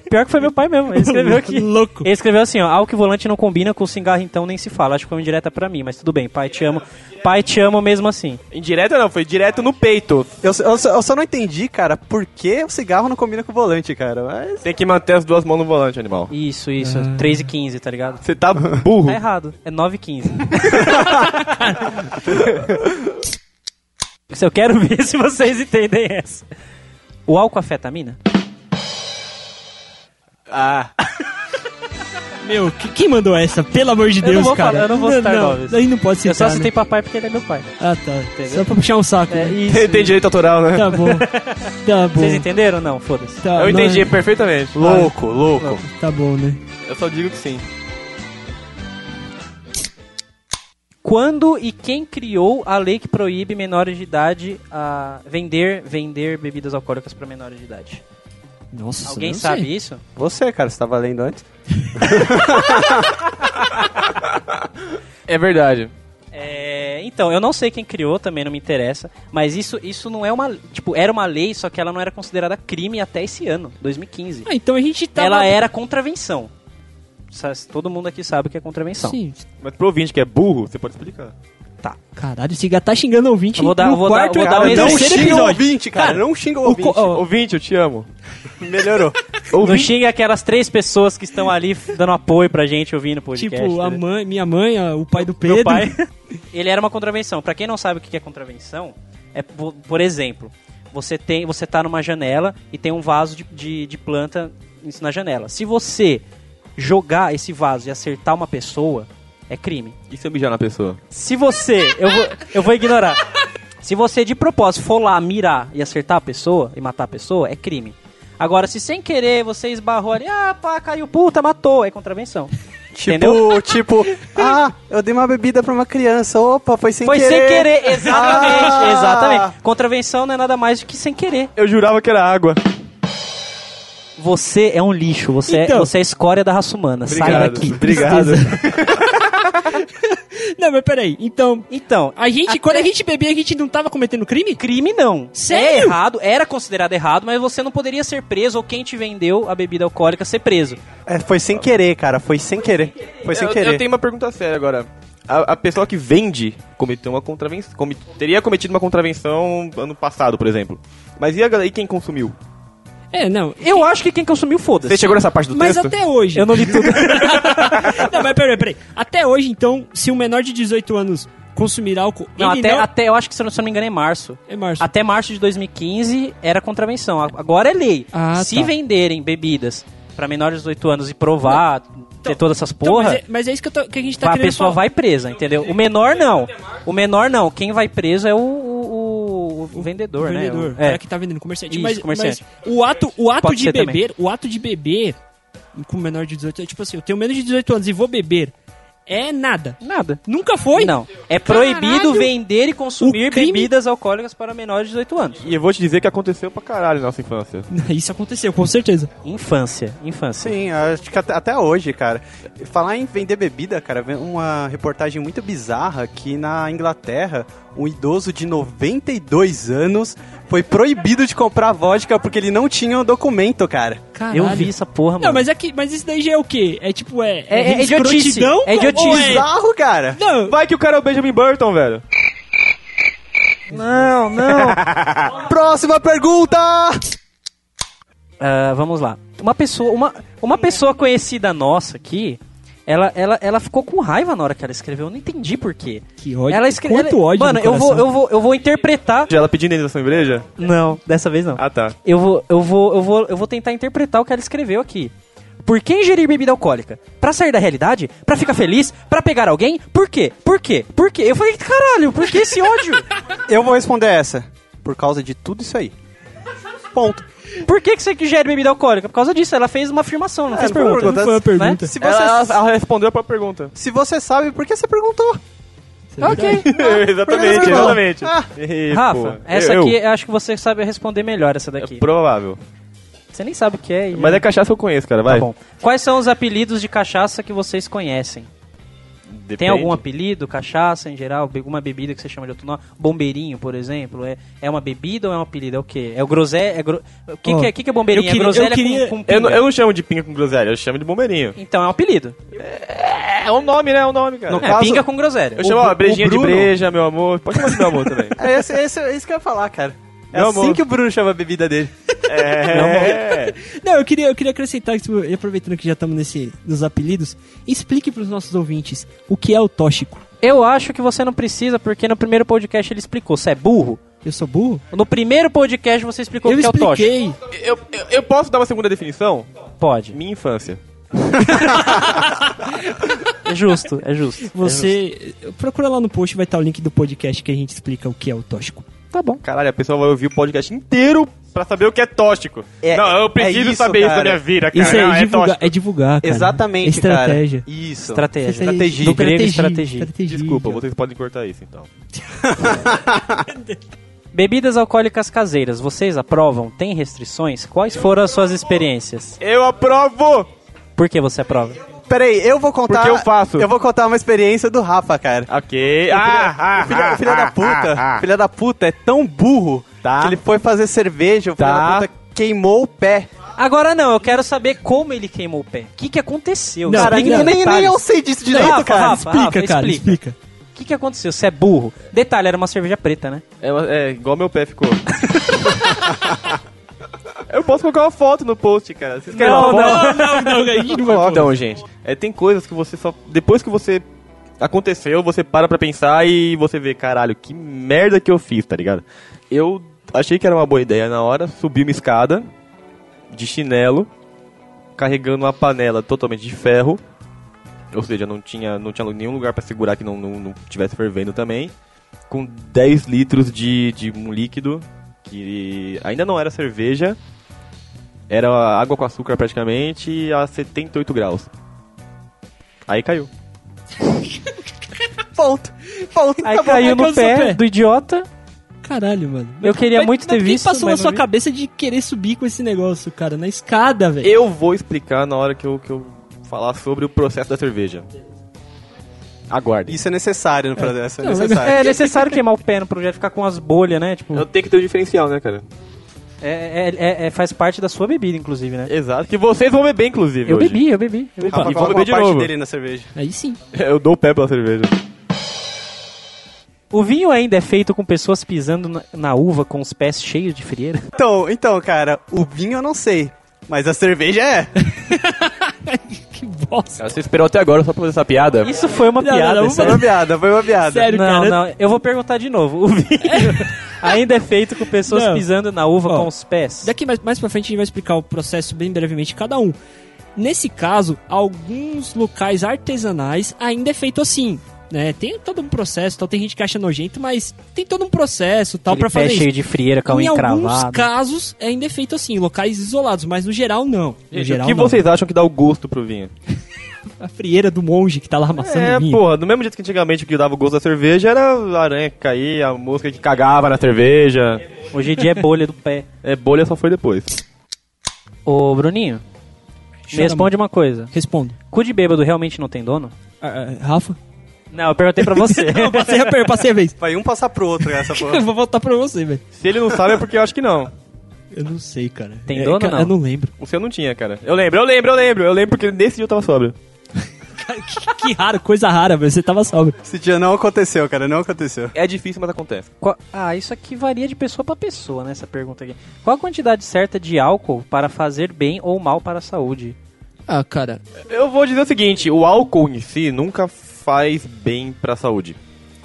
Speaker 4: Pior que foi meu pai mesmo. Ele escreveu aqui.
Speaker 2: Louco.
Speaker 4: Ele escreveu assim, ó. Algo que volante não combina com cigarro, então nem se fala. Acho que foi uma indireta pra mim, mas tudo bem. Pai, te amo. Pai, te amo mesmo assim.
Speaker 5: Indireta não, foi direto no peito.
Speaker 3: Eu, eu só- eu só não entendi, cara, por que o cigarro não combina com o volante, cara. Mas
Speaker 5: Tem que manter as duas mãos no volante, animal.
Speaker 4: Isso, isso.
Speaker 2: Ah.
Speaker 4: 3 e 15, tá ligado?
Speaker 5: Você tá burro.
Speaker 4: Tá errado. É 9 e 15. Eu quero ver se vocês entendem essa. O álcool afeta a mina?
Speaker 5: Ah.
Speaker 2: Meu, que- quem mandou essa? Pelo amor de
Speaker 4: Eu não
Speaker 2: Deus,
Speaker 4: vou
Speaker 2: cara.
Speaker 4: falar, eu não vou citar nomes.
Speaker 2: Aí não pode citar.
Speaker 4: Eu só citei
Speaker 2: né?
Speaker 4: papai porque ele é meu pai.
Speaker 2: Ah, tá. Só pra puxar um saco.
Speaker 4: É
Speaker 2: né?
Speaker 4: isso.
Speaker 5: Tem tem direito autoral, né?
Speaker 2: Tá bom. Tá bom.
Speaker 4: Vocês entenderam? Não, foda-se.
Speaker 2: Tá,
Speaker 5: Eu
Speaker 2: não é-
Speaker 5: entendi perfeitamente. Louco, louco.
Speaker 2: Tá bom, né?
Speaker 5: Eu só digo que sim.
Speaker 4: Quando e quem criou a lei que proíbe menores de idade a vender, vender bebidas alcoólicas para menores de idade?
Speaker 2: Nossa, isso eu
Speaker 4: Alguém
Speaker 2: não
Speaker 4: sabe
Speaker 2: sei.
Speaker 4: isso?
Speaker 3: você, cara, você tava lendo antes.
Speaker 5: É verdade.
Speaker 4: É, então, eu não sei quem criou, também não me interessa, mas isso, isso não é uma, tipo, era uma lei, só que ela não era considerada crime até esse ano, 2015.
Speaker 2: Ah, então a gente tá.
Speaker 4: Ela é era contravenção. Sa- Todo mundo aqui sabe o que é contravenção.
Speaker 2: Sim.
Speaker 5: Mas pro ouvinte que é burro, você pode explicar.
Speaker 2: Caralho, esse gato tá xingando o ouvinte.
Speaker 4: Eu vou dar-
Speaker 2: no
Speaker 4: eu vou dar-
Speaker 2: quarto,
Speaker 4: eu vou dar um
Speaker 2: no
Speaker 4: exemplo.
Speaker 2: terceiro
Speaker 3: Ah, xinga o
Speaker 2: episódio.
Speaker 3: ouvinte, cara. Não xinga o
Speaker 2: o
Speaker 3: ouvinte.
Speaker 2: co- ó,
Speaker 5: Ouvinte, eu te amo.
Speaker 3: Melhorou.
Speaker 4: Não
Speaker 5: Ouvinte.
Speaker 4: xinga aquelas três pessoas que estão ali f- dando apoio pra gente ouvindo o podcast.
Speaker 2: tipo, a
Speaker 4: entendeu?
Speaker 2: mãe, minha mãe, a- o pai do Pedro.
Speaker 4: Meu pai, ele era uma contravenção. Pra quem não sabe o que é contravenção, é po- por exemplo, você tem, você tá numa janela e tem um vaso de, de, de planta isso na janela. Se você jogar esse vaso e acertar uma pessoa, é crime.
Speaker 5: E se eu mijar na pessoa?
Speaker 4: Se você, eu vou, eu vou ignorar. Se você de propósito for lá mirar e acertar a pessoa e matar a pessoa, é crime. Agora, se sem querer você esbarrou ali, ah, pá, caiu, puta, matou, é contravenção. Entendeu?
Speaker 3: Tipo, tipo, ah, eu dei uma bebida pra uma criança. Opa, foi sem
Speaker 4: Foi
Speaker 3: querer.
Speaker 4: sem querer, exatamente,
Speaker 3: Ah!
Speaker 4: exatamente. Contravenção não é nada mais do que sem querer.
Speaker 5: Eu jurava que era água.
Speaker 4: Você é um lixo, você, é,
Speaker 2: Então.
Speaker 4: você é a escória da raça humana, sai
Speaker 5: Obrigado.
Speaker 4: daqui.
Speaker 5: Obrigado.
Speaker 2: Não, mas peraí. Então,
Speaker 4: Então,
Speaker 2: a gente,
Speaker 4: Até-
Speaker 2: quando a gente bebia, a gente não tava cometendo crime?
Speaker 4: crime não. É
Speaker 2: Sério?
Speaker 4: errado, era considerado errado, mas você não poderia ser preso ou quem te vendeu a bebida alcoólica ser preso.
Speaker 3: É, foi sem querer, cara. Foi sem querer. Foi sem
Speaker 5: eu,
Speaker 3: querer.
Speaker 5: eu tenho uma pergunta séria agora. A, a pessoa que vende cometeu uma contravenção. come- teria cometido uma contravenção ano passado, por exemplo. Mas e a galera e quem consumiu?
Speaker 2: É, não.
Speaker 4: Eu acho que quem consumiu,
Speaker 5: Você
Speaker 4: foda-se.
Speaker 5: chegou nessa parte do
Speaker 2: Mas
Speaker 5: texto?
Speaker 2: até hoje.
Speaker 4: Eu não li tudo.
Speaker 2: Não, mas peraí, peraí. Até hoje, então, se um menor de 18 anos consumir álcool,
Speaker 4: Não,
Speaker 2: ele
Speaker 4: até,
Speaker 2: não...
Speaker 4: até, eu acho que se eu não, se eu não me engano é março.
Speaker 2: É, Márcio.
Speaker 4: Até março de 2015 era contravenção. A- Agora é lei.
Speaker 2: Ah,
Speaker 4: se
Speaker 2: tá.
Speaker 4: venderem bebidas pra menores de 18 anos e provar, ter todas essas
Speaker 2: Então,
Speaker 4: porra,
Speaker 2: mas, é, mas é isso que, eu tô- que a gente tá
Speaker 4: a
Speaker 2: querendo
Speaker 4: pessoa
Speaker 2: falar.
Speaker 4: vai presa, entendeu? O menor não. O menor não. Quem vai preso é o, o, o- o vendedor,
Speaker 2: O
Speaker 4: né?
Speaker 2: vendedor,
Speaker 4: O-
Speaker 2: o
Speaker 4: É.
Speaker 2: cara que tá vendendo, comerciante.
Speaker 4: Isso,
Speaker 2: mas,
Speaker 4: comerciante.
Speaker 2: mas o ato, o ato
Speaker 4: Pode
Speaker 2: de
Speaker 4: ser também.
Speaker 2: beber, o ato de beber com menor de 18 anos, tipo assim, eu tenho menos de 18 anos e vou beber, é nada.
Speaker 4: Nada.
Speaker 2: Nunca foi.
Speaker 4: Não. É
Speaker 2: Caralho.
Speaker 4: proibido vender e consumir
Speaker 2: O crime-
Speaker 4: bebidas alcoólicas para menores de 18 anos.
Speaker 5: E eu vou te dizer que aconteceu pra caralho na nossa infância.
Speaker 2: Isso aconteceu, com certeza.
Speaker 4: Infância. Infância.
Speaker 3: Sim, acho que até, até hoje, cara. Falar em vender bebida, cara, vem uma reportagem muito bizarra que na Inglaterra, um idoso de 92 anos foi proibido de comprar vodka porque ele não tinha o documento, cara.
Speaker 2: Caralho.
Speaker 4: Eu vi essa porra, mano.
Speaker 2: Não, mas, é que, mas isso daí já é o quê? É tipo, é...
Speaker 4: É- é idiotice.
Speaker 2: escrotidão?
Speaker 4: É idiotice.
Speaker 2: Ou é-
Speaker 3: Bizarro, cara.
Speaker 2: Não,
Speaker 5: Vai que o cara é o Benjamin Burton, velho.
Speaker 4: Não, não.
Speaker 3: Próxima pergunta!
Speaker 4: Ah, vamos lá. Uma pessoa, uma, uma pessoa conhecida nossa aqui, ela, ela, ela ficou com raiva na hora que ela escreveu. Eu não entendi por quê.
Speaker 2: Que ódio.
Speaker 4: Ela escreveu.
Speaker 2: Quanto ódio
Speaker 4: Mano,
Speaker 2: no
Speaker 4: eu vou,
Speaker 2: coração.
Speaker 4: eu vou, eu vou interpretar.
Speaker 5: Ela pedindo indenização em breja?
Speaker 4: Não, dessa vez não.
Speaker 5: Ah, tá.
Speaker 4: Eu vou, eu vou, eu vou, eu vou tentar interpretar o que ela escreveu aqui. Por que ingerir bebida alcoólica? Pra sair da realidade? Pra ficar feliz? Pra pegar alguém? Por quê? Por quê? Por quê? Eu falei, caralho, por que esse ódio?
Speaker 3: Eu vou responder essa. Por causa de tudo isso aí. Ponto.
Speaker 4: Por que, que você ingere bebida alcoólica? Por causa disso, ela fez uma afirmação, É, não fez
Speaker 3: É, não foi uma
Speaker 2: Não
Speaker 4: pergunta.
Speaker 2: foi uma
Speaker 3: Né?
Speaker 2: pergunta.
Speaker 3: Se você,
Speaker 5: Ela, ela- ela respondeu a própria pergunta.
Speaker 3: se você sabe, por que você perguntou?
Speaker 2: é verdade.
Speaker 5: Ah, exatamente, exatamente.
Speaker 3: Ah.
Speaker 5: Ih,
Speaker 4: Rafa,
Speaker 5: É, pô.
Speaker 4: essa
Speaker 5: Eu-
Speaker 3: é
Speaker 4: aqui
Speaker 5: eu.
Speaker 4: eu acho que você sabe responder melhor essa
Speaker 5: é
Speaker 4: daqui.
Speaker 5: provável.
Speaker 4: Você nem sabe o que é. e-
Speaker 5: Mas é cachaça que eu conheço, cara, vai.
Speaker 4: Tá bom. Quais são os apelidos de cachaça que vocês conhecem? Tem
Speaker 5: Depende.
Speaker 4: algum apelido, cachaça em geral, alguma bebida que você chama de outro nome? Bombeirinho, por exemplo, é, é uma bebida ou é um apelido? É o quê? É o groselha? É gro... O que,
Speaker 2: Ó,
Speaker 4: que é, o que que é bombeirinho?
Speaker 2: eu queria-
Speaker 4: é groselha
Speaker 2: eu queria-
Speaker 4: com, com pinga?
Speaker 5: Eu, não- eu não chamo de pinga com groselha, eu chamo de bombeirinho.
Speaker 4: Então é um apelido.
Speaker 5: É, é um nome, né? É um nome, cara.
Speaker 4: Não,
Speaker 5: É,
Speaker 4: é pinga com groselha.
Speaker 5: Eu chamo,
Speaker 3: O-
Speaker 5: ó,
Speaker 3: o
Speaker 5: brejinha de
Speaker 3: Bruno-
Speaker 5: breja, meu amor. Pode chamar de meu amor também.
Speaker 3: É, esse, esse, é isso que eu ia falar, cara. É
Speaker 5: Meu
Speaker 3: assim
Speaker 5: amor.
Speaker 3: que o Bruno chama a bebida dele.
Speaker 5: É.
Speaker 2: Não, eu queria, eu queria acrescentar, tipo, e aproveitando que já estamos nesse, nos apelidos, explique para os nossos ouvintes o que é o tóxico.
Speaker 4: Eu acho que você não precisa, porque no primeiro podcast ele explicou. Você é burro?
Speaker 2: Eu sou burro?
Speaker 4: No primeiro podcast você explicou
Speaker 2: eu
Speaker 4: o que é o toche.
Speaker 2: expliquei.
Speaker 5: Eu, eu, eu posso dar uma segunda definição?
Speaker 4: Pode.
Speaker 5: Minha infância.
Speaker 4: É justo, é justo.
Speaker 2: Você
Speaker 4: É.
Speaker 2: procura lá no post, vai estar o link do podcast que a gente explica o que é o tóxico.
Speaker 4: Tá bom.
Speaker 5: Caralho, a pessoa vai ouvir o podcast inteiro pra saber o que é tóxico.
Speaker 3: É-
Speaker 5: não, eu preciso
Speaker 3: é isso,
Speaker 5: saber isso da
Speaker 3: cara.
Speaker 5: minha vida, cara.
Speaker 2: Isso é,
Speaker 5: não, é
Speaker 2: divulgar,
Speaker 5: tóxico.
Speaker 2: é divulgar, cara. É
Speaker 3: Exatamente,
Speaker 2: Estratégia. tá
Speaker 3: cara. Isso.
Speaker 4: É, Estratégia.
Speaker 3: Estratégia.
Speaker 4: Do grego, estratégia.
Speaker 5: Desculpa, vocês podem cortar isso então.
Speaker 4: Bebidas alcoólicas caseiras, vocês aprovam? Tem restrições? Quais foram as suas experiências?
Speaker 5: Eu aprovo!
Speaker 4: Por que você aprova?
Speaker 3: Peraí, eu vou contar.
Speaker 5: Porque eu faço.
Speaker 3: Eu vou contar uma experiência do Rafa, cara.
Speaker 5: Ok. Ah, ah,
Speaker 3: Filha,
Speaker 5: ah,
Speaker 3: filha
Speaker 5: ah,
Speaker 3: da puta,
Speaker 5: ah, ah.
Speaker 3: filha da puda é tão burro
Speaker 5: Tá.
Speaker 3: que ele foi fazer cerveja, o filho
Speaker 5: Tá.
Speaker 3: da puta queimou o pé.
Speaker 4: Agora não, eu quero saber como ele queimou o pé. O que, que aconteceu?
Speaker 2: Não,
Speaker 3: Cara,
Speaker 4: Explica
Speaker 2: não.
Speaker 3: nem, nem, nem
Speaker 4: detalhes.
Speaker 3: eu sei disso direito,
Speaker 4: Rafa,
Speaker 3: cara.
Speaker 4: Rafa,
Speaker 2: Explica,
Speaker 4: Rafa,
Speaker 2: cara,
Speaker 4: explica.
Speaker 2: explica.
Speaker 4: O que, que aconteceu? Você é burro. Detalhe, era uma cerveja preta, né?
Speaker 5: É, uma- é, igual meu pé ficou. eu posso colocar uma foto no post, cara. Vocês querem uma foto?
Speaker 2: não, não, a gente não vai pôr.
Speaker 5: Então, gente, é, tem coisas que você só. Depois que você. Aconteceu, você para pra pensar e você vê, caralho, que merda que eu fiz, tá ligado? Eu achei que era uma boa ideia na hora, subi uma escada de chinelo, carregando uma panela totalmente de ferro, ou seja, não tinha, não tinha nenhum lugar pra segurar que não, não, não tivesse fervendo também, com 10 litros de, de um líquido que ainda não era cerveja, era água com açúcar praticamente a 78 graus. Aí caiu.
Speaker 3: Ponto. Ponto. tá
Speaker 4: Aí
Speaker 3: acabou.
Speaker 4: caiu no
Speaker 2: alcançou
Speaker 4: pé,
Speaker 2: o pé.
Speaker 4: do idiota.
Speaker 2: Caralho, mano.
Speaker 4: Eu queria muito ter
Speaker 2: o que
Speaker 4: visto,
Speaker 2: passou na
Speaker 4: mas não
Speaker 2: sua
Speaker 4: vi.
Speaker 2: cabeça de querer subir com esse negócio, cara? Na escada, velho.
Speaker 5: Eu vou explicar na hora que eu, que eu falar sobre o processo da cerveja. Aguardem.
Speaker 3: Isso é necessário no processo, é,
Speaker 2: Não,
Speaker 3: necessário.
Speaker 4: É necessário queimar o pé no projeto, ficar com as bolhas, né? Tipo,
Speaker 5: Eu tenho que ter o diferencial, né, cara?
Speaker 4: é, é- é- é- faz parte da sua bebida, inclusive, né?
Speaker 5: Exato. Que vocês vão beber, inclusive.
Speaker 4: Eu
Speaker 5: hoje.
Speaker 4: bebi, eu bebi. eu bebi.
Speaker 5: Opa.
Speaker 3: Rafa,
Speaker 5: E vamos
Speaker 3: coloca
Speaker 5: beber
Speaker 3: uma
Speaker 5: de
Speaker 3: parte
Speaker 5: novo.
Speaker 3: dele na cerveja.
Speaker 2: Aí sim.
Speaker 5: Eu dou o pé pela cerveja.
Speaker 4: O vinho ainda é feito com pessoas pisando na, na uva com os pés cheios de frieira.
Speaker 3: Então, então, cara, o vinho eu não sei, mas a cerveja é.
Speaker 2: Que bosta.
Speaker 5: Cara, você esperou até agora só pra fazer essa É. piada?
Speaker 4: Isso foi uma
Speaker 2: Não, não,
Speaker 4: piada.
Speaker 2: não,
Speaker 4: isso é
Speaker 3: Foi uma piada, foi uma piada.
Speaker 2: Sério,
Speaker 4: não,
Speaker 2: cara.
Speaker 4: não, eu vou perguntar de novo. O vinho ainda é feito com pessoas
Speaker 2: Não.
Speaker 4: pisando na uva
Speaker 2: Ó,
Speaker 4: com os pés.
Speaker 2: Daqui mais, mais pra frente a gente vai explicar o processo bem brevemente de cada um. Nesse caso, alguns locais artesanais ainda é feito assim. Né? Tem todo um processo, tal, tem gente que acha nojento, mas tem todo um processo tal
Speaker 4: Aquele
Speaker 2: para
Speaker 4: pé
Speaker 2: fazer
Speaker 4: cheio
Speaker 2: isso.
Speaker 4: de frieira, com a unha
Speaker 2: em alguns
Speaker 4: encravada.
Speaker 2: casos ainda é feito assim, em locais isolados, mas no geral não. No
Speaker 5: Gente,
Speaker 2: geral
Speaker 5: o que
Speaker 2: não.
Speaker 5: vocês acham que dá o gosto pro vinho?
Speaker 2: A frieira do monge que tá lá amassando
Speaker 5: É,
Speaker 2: vinho.
Speaker 5: porra, do mesmo jeito que antigamente o que dava o gosto da cerveja era a aranha que caía, a mosca que cagava na cerveja.
Speaker 4: Hoje em dia é bolha do pé.
Speaker 5: É, bolha só foi depois.
Speaker 4: Ô, Bruninho, me
Speaker 2: Chora,
Speaker 4: responde uma coisa.
Speaker 2: Respondo.
Speaker 4: Cu de bêbado realmente não tem dono?
Speaker 2: Ah, ah, Rafa?
Speaker 4: Não, eu perguntei pra você.
Speaker 2: Eu passei a, eu passei a vez.
Speaker 3: Vai um passar pro outro essa
Speaker 2: Eu
Speaker 3: porra.
Speaker 2: vou voltar pra você, velho.
Speaker 5: Se ele não sabe é porque eu acho que não.
Speaker 2: Eu não sei, cara.
Speaker 4: Tem
Speaker 2: É,
Speaker 4: dono ou
Speaker 2: cara,
Speaker 4: não?
Speaker 2: Eu não lembro.
Speaker 5: O seu não tinha, cara. Eu lembro, eu lembro, eu lembro. Eu lembro porque nesse dia eu tava sóbrio.
Speaker 2: Cara, que, que raro, coisa rara, velho. Você tava salvo.
Speaker 3: Esse dia não aconteceu, cara, não aconteceu.
Speaker 5: É difícil, mas acontece.
Speaker 4: Qual- Ah, isso aqui varia de pessoa pra pessoa, né? Essa pergunta aqui. Qual a quantidade certa de álcool para fazer bem ou mal para a saúde?
Speaker 2: Ah, cara.
Speaker 5: Eu vou dizer o seguinte, o álcool em si nunca faz bem pra saúde.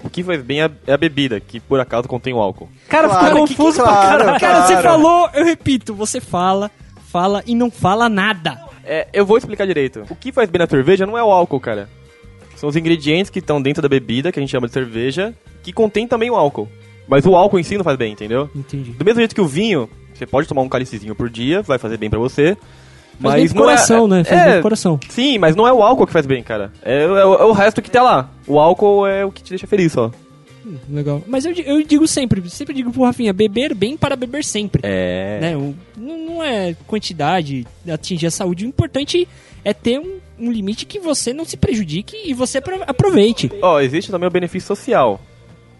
Speaker 5: O que faz bem é a- é a bebida, que por acaso contém o álcool.
Speaker 4: Cara,
Speaker 3: Claro,
Speaker 4: ficou
Speaker 3: que-
Speaker 4: confuso pra
Speaker 3: claro,
Speaker 4: caralho.
Speaker 2: Cara, Ah, você
Speaker 3: Claro.
Speaker 2: falou, eu repito, você fala, fala e não fala nada.
Speaker 5: É, eu vou explicar direito. O que faz bem na cerveja não é o álcool, cara. São os ingredientes que estão dentro da bebida, que a gente chama de cerveja, que contém também o álcool. Mas o álcool em si não faz bem, entendeu?
Speaker 2: Entendi.
Speaker 5: Do mesmo jeito que o vinho, você pode tomar um cálicezinho por dia, vai fazer bem pra você.
Speaker 2: Mas bem pro coração, né?
Speaker 5: É.
Speaker 2: Faz bem pro coração.
Speaker 5: Sim, mas não é o álcool que faz bem, cara. É, é o- é o resto que tá lá. O álcool é o que te deixa feliz, ó.
Speaker 2: Hum, Legal. Mas eu, di- eu digo sempre, sempre digo pro Rafinha, beber bem para beber sempre.
Speaker 5: É.
Speaker 2: né? O- não, não é quantidade, atingir a saúde. O importante é ter um, um limite que você não se prejudique e você apro- aproveite.
Speaker 5: Ó, existe também o benefício social.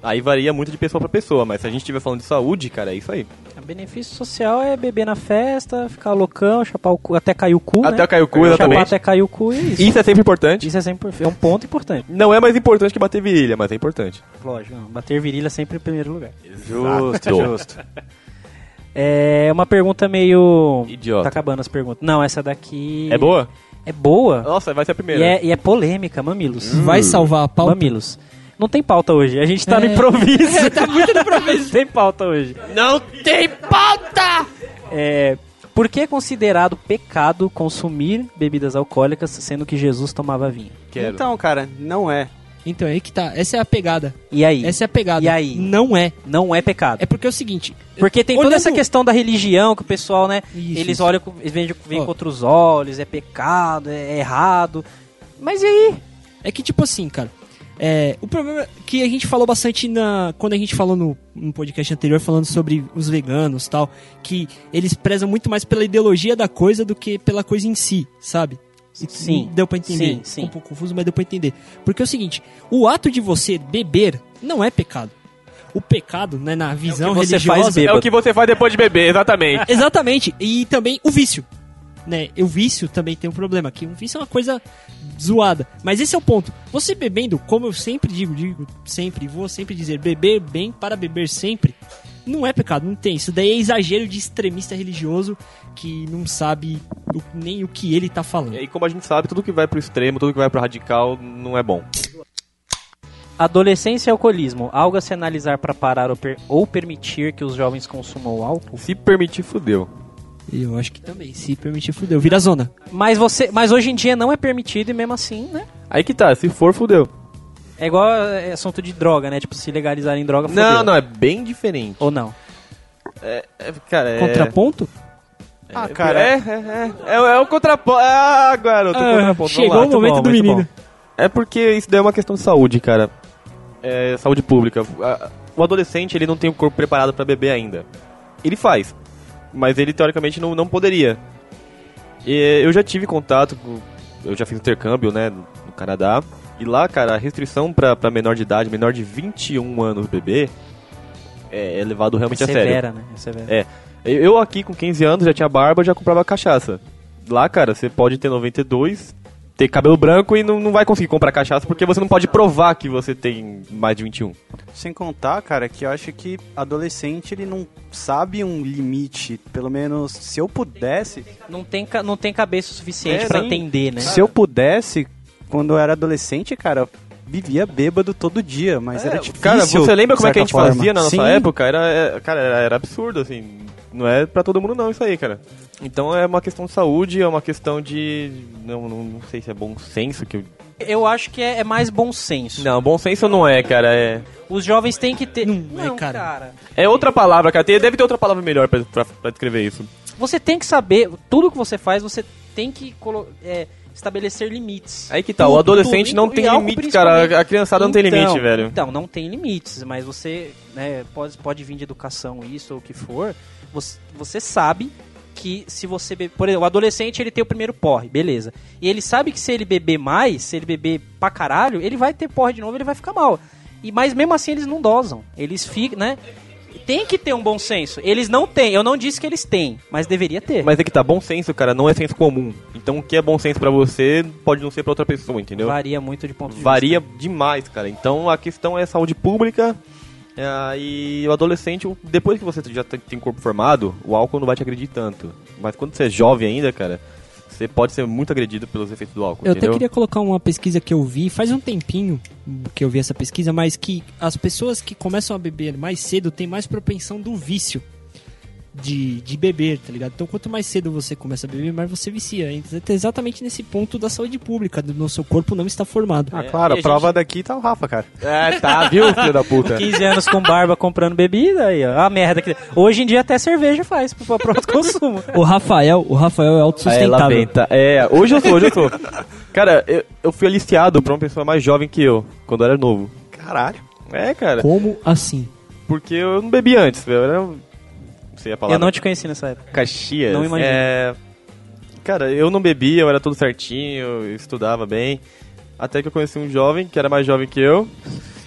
Speaker 5: Aí varia muito de pessoa pra pessoa, mas se a gente estiver falando de saúde, cara, é isso aí.
Speaker 4: O benefício social é beber na festa, ficar loucão, chapar o cu, até cair o cu,
Speaker 5: Até
Speaker 4: né?
Speaker 5: cair o cu,
Speaker 4: Chapar
Speaker 5: exatamente.
Speaker 4: até cair o cu e é isso.
Speaker 5: Isso é sempre importante.
Speaker 4: Isso é sempre é um ponto importante.
Speaker 5: Não é mais importante que bater virilha, mas é importante.
Speaker 4: Lógico, não, bater virilha sempre em primeiro lugar.
Speaker 3: Justo, justo.
Speaker 4: É uma pergunta meio... Tá
Speaker 5: Idiota.
Speaker 4: acabando as perguntas. Não, essa daqui...
Speaker 5: É boa?
Speaker 4: É boa
Speaker 5: Nossa, vai ser a
Speaker 4: e
Speaker 5: primeira.
Speaker 4: é, e é polêmica, mamilos.
Speaker 2: Vai salvar a pauta.
Speaker 4: Mamilos. Não tem pauta hoje, a gente tá no
Speaker 2: É.
Speaker 4: improviso. tá muito no improviso. Não tem pauta hoje.
Speaker 5: Não tem pauta!
Speaker 4: É, por que é considerado pecado consumir bebidas alcoólicas, sendo que Jesus tomava vinho?
Speaker 5: Quero.
Speaker 3: Então, cara, não é.
Speaker 2: Então é aí que tá. Essa é a pegada.
Speaker 4: E aí?
Speaker 2: Essa é a pegada.
Speaker 4: E aí?
Speaker 2: Não é.
Speaker 4: Não é pecado.
Speaker 2: É porque é o seguinte.
Speaker 4: Porque tem toda
Speaker 2: Olhando-
Speaker 4: essa questão da religião que o pessoal, né?
Speaker 2: Isso,
Speaker 4: eles
Speaker 2: isso.
Speaker 4: olham, com- eles vêm, vêm
Speaker 2: Ó.
Speaker 4: com outros olhos, é pecado, é errado. Mas e aí?
Speaker 2: É que, tipo assim, cara. é, o problema que a gente falou bastante na quando a gente falou no, no podcast anterior, falando sobre os veganos e tal, que eles prezam muito mais pela ideologia da coisa do que pela coisa em si, sabe?
Speaker 4: Sim,
Speaker 2: Deu pra entender.
Speaker 4: sim, sim.
Speaker 2: Ficou Um pouco confuso, mas deu pra entender. Porque é o seguinte: o ato de você beber não é pecado. O pecado, né, na visão
Speaker 4: É você faz
Speaker 2: religiosa,
Speaker 5: É o que você faz depois de beber, exatamente.
Speaker 2: Exatamente. E também o vício. Né? E o vício também tem um problema, que o vício é uma coisa zoada. Mas esse é o ponto. Você bebendo, como eu sempre digo, digo sempre, vou sempre dizer, beber bem para beber sempre, não é pecado, não tem. Isso daí é exagero de extremista religioso que não sabe o- nem o que ele tá falando.
Speaker 5: E como a gente sabe, tudo que vai pro extremo, tudo que vai pro radical, não é bom.
Speaker 4: Adolescência e alcoolismo, algo a se analisar para parar ou, per- ou permitir que os jovens consumam o álcool?
Speaker 5: Se permitir, fudeu.
Speaker 2: Eu acho que também, se permitir, fudeu. Vira zona.
Speaker 4: Mas você, mas hoje em dia não é permitido e mesmo assim, né?
Speaker 5: Aí que tá, se for, fudeu.
Speaker 4: É igual é, assunto de droga, né? Tipo, se legalizarem droga,
Speaker 5: Não,
Speaker 4: fodeu.
Speaker 5: não, é bem diferente.
Speaker 4: Ou não.
Speaker 5: É, cara, é...
Speaker 2: Contraponto?
Speaker 3: Ah,
Speaker 5: é-
Speaker 3: cara.
Speaker 5: É, é, é. É, é o contraponto. Ah, garoto,
Speaker 2: Ah,
Speaker 5: contraponto. Vamos
Speaker 2: chegou
Speaker 5: lá.
Speaker 2: o momento do
Speaker 4: muito
Speaker 2: menino.
Speaker 5: É porque isso daí é uma questão de saúde, cara. É, saúde pública. A- O adolescente, ele não tem o corpo preparado pra beber ainda. Ele faz, mas ele teoricamente não, não poderia. E, eu já tive contato, com, eu já fiz intercâmbio, né, no no Canadá. E lá, cara, a restrição pra, pra menor de idade, menor de 21 anos beber, é, é levado realmente
Speaker 4: é
Speaker 5: a sério.
Speaker 4: severa, né? É severa.
Speaker 5: É. Eu eu aqui com 15 anos já tinha barba, já comprava cachaça. Lá, cara, você pode ter 92, ter cabelo branco e não, não vai conseguir comprar cachaça porque você não pode provar que você tem mais de 21.
Speaker 3: é. Sem contar, cara, que eu acho que adolescente ele não sabe um limite. Pelo menos se eu pudesse,
Speaker 4: Não, tem, ca- não tem cabeça o suficiente
Speaker 5: É,
Speaker 4: pra
Speaker 5: sim.
Speaker 4: entender, né?
Speaker 3: se eu pudesse, quando eu era adolescente, cara, eu vivia bêbado todo dia, mas era difícil.
Speaker 5: É, Cara, você lembra como é que a gente
Speaker 3: de certa
Speaker 5: fazia na nossa
Speaker 3: forma? Sim.
Speaker 5: época? Era, é, cara, era, era absurdo, assim. Não é pra todo mundo não isso aí, cara. Então é uma questão de saúde, é uma questão de... Não, não, não sei se é bom senso que... eu-
Speaker 4: Eu acho que é, é mais bom senso.
Speaker 5: Não, bom senso não é, cara. É,
Speaker 4: Os jovens têm que ter.
Speaker 2: Não, é, cara.
Speaker 5: é outra palavra, cara. Tem- deve ter outra palavra melhor pra, pra, pra descrever isso.
Speaker 4: Você tem que saber, tudo que você faz, você tem que colo- é, estabelecer limites.
Speaker 5: Aí que tá, o
Speaker 4: Tudo,
Speaker 5: adolescente
Speaker 4: tudo,
Speaker 5: não
Speaker 4: e
Speaker 5: tem
Speaker 4: álcool
Speaker 5: limite, cara. A- A criançada não tem
Speaker 4: Então,
Speaker 5: limite, velho.
Speaker 4: Então, não tem limites, mas você né, pode, pode vir de educação, isso ou o que for. Você, você sabe que se você beber. Por exemplo, o adolescente ele tem o primeiro porre, beleza. E ele sabe que se ele beber mais, se ele beber pra caralho, ele vai ter porre de novo ele vai ficar mal. E, mas mesmo assim eles não dosam. Eles ficam, né? Tem que ter um bom senso. Eles não têm. Eu não disse que eles têm, mas deveria ter.
Speaker 5: Mas é que tá, bom senso, cara, não é senso comum. Então o que é bom senso pra você pode não ser pra outra pessoa, entendeu?
Speaker 4: Varia muito de ponto de vista.
Speaker 5: Varia demais, cara. Então a questão é saúde pública. é, e o adolescente, o- depois que você já te- tem corpo formado, o álcool não vai te agredir tanto. Mas quando você é jovem ainda, cara, você pode ser muito agredido pelos efeitos do álcool,
Speaker 2: Eu até
Speaker 5: entendeu?
Speaker 2: queria colocar uma pesquisa que eu vi, faz um tempinho que eu vi essa pesquisa, mas que as pessoas que começam a beber mais cedo têm mais propensão do vício. de, de beber, tá ligado? Então, quanto mais cedo você começa a beber, mais você vicia. Então, é exatamente nesse ponto da saúde pública, do no seu corpo não está formado.
Speaker 3: Ah, claro,
Speaker 5: e
Speaker 3: a
Speaker 5: a
Speaker 3: prova daqui tá o Rafa, cara.
Speaker 5: É, tá, viu, filho da puta?
Speaker 4: 15 anos com barba comprando bebida aí, ó. A merda que. Hoje em dia até cerveja faz pro próprio consumo.
Speaker 2: O Rafael, o Rafael é
Speaker 5: Aí ela
Speaker 2: autossustentável.
Speaker 5: venta. É, hoje eu sou, hoje eu sou. Cara, eu, eu fui aliciado pra uma pessoa mais jovem que eu, quando eu era novo.
Speaker 3: Caralho.
Speaker 5: É, cara,
Speaker 2: Como assim?
Speaker 5: porque eu não bebi antes, eu era... um- Não sei a palavra.
Speaker 4: Eu não te conheci nessa época.
Speaker 5: Caxias.
Speaker 4: Não imagino.
Speaker 5: É... Cara, eu não bebia, eu era todo certinho, eu estudava bem. Até que eu conheci um jovem que era mais jovem que eu.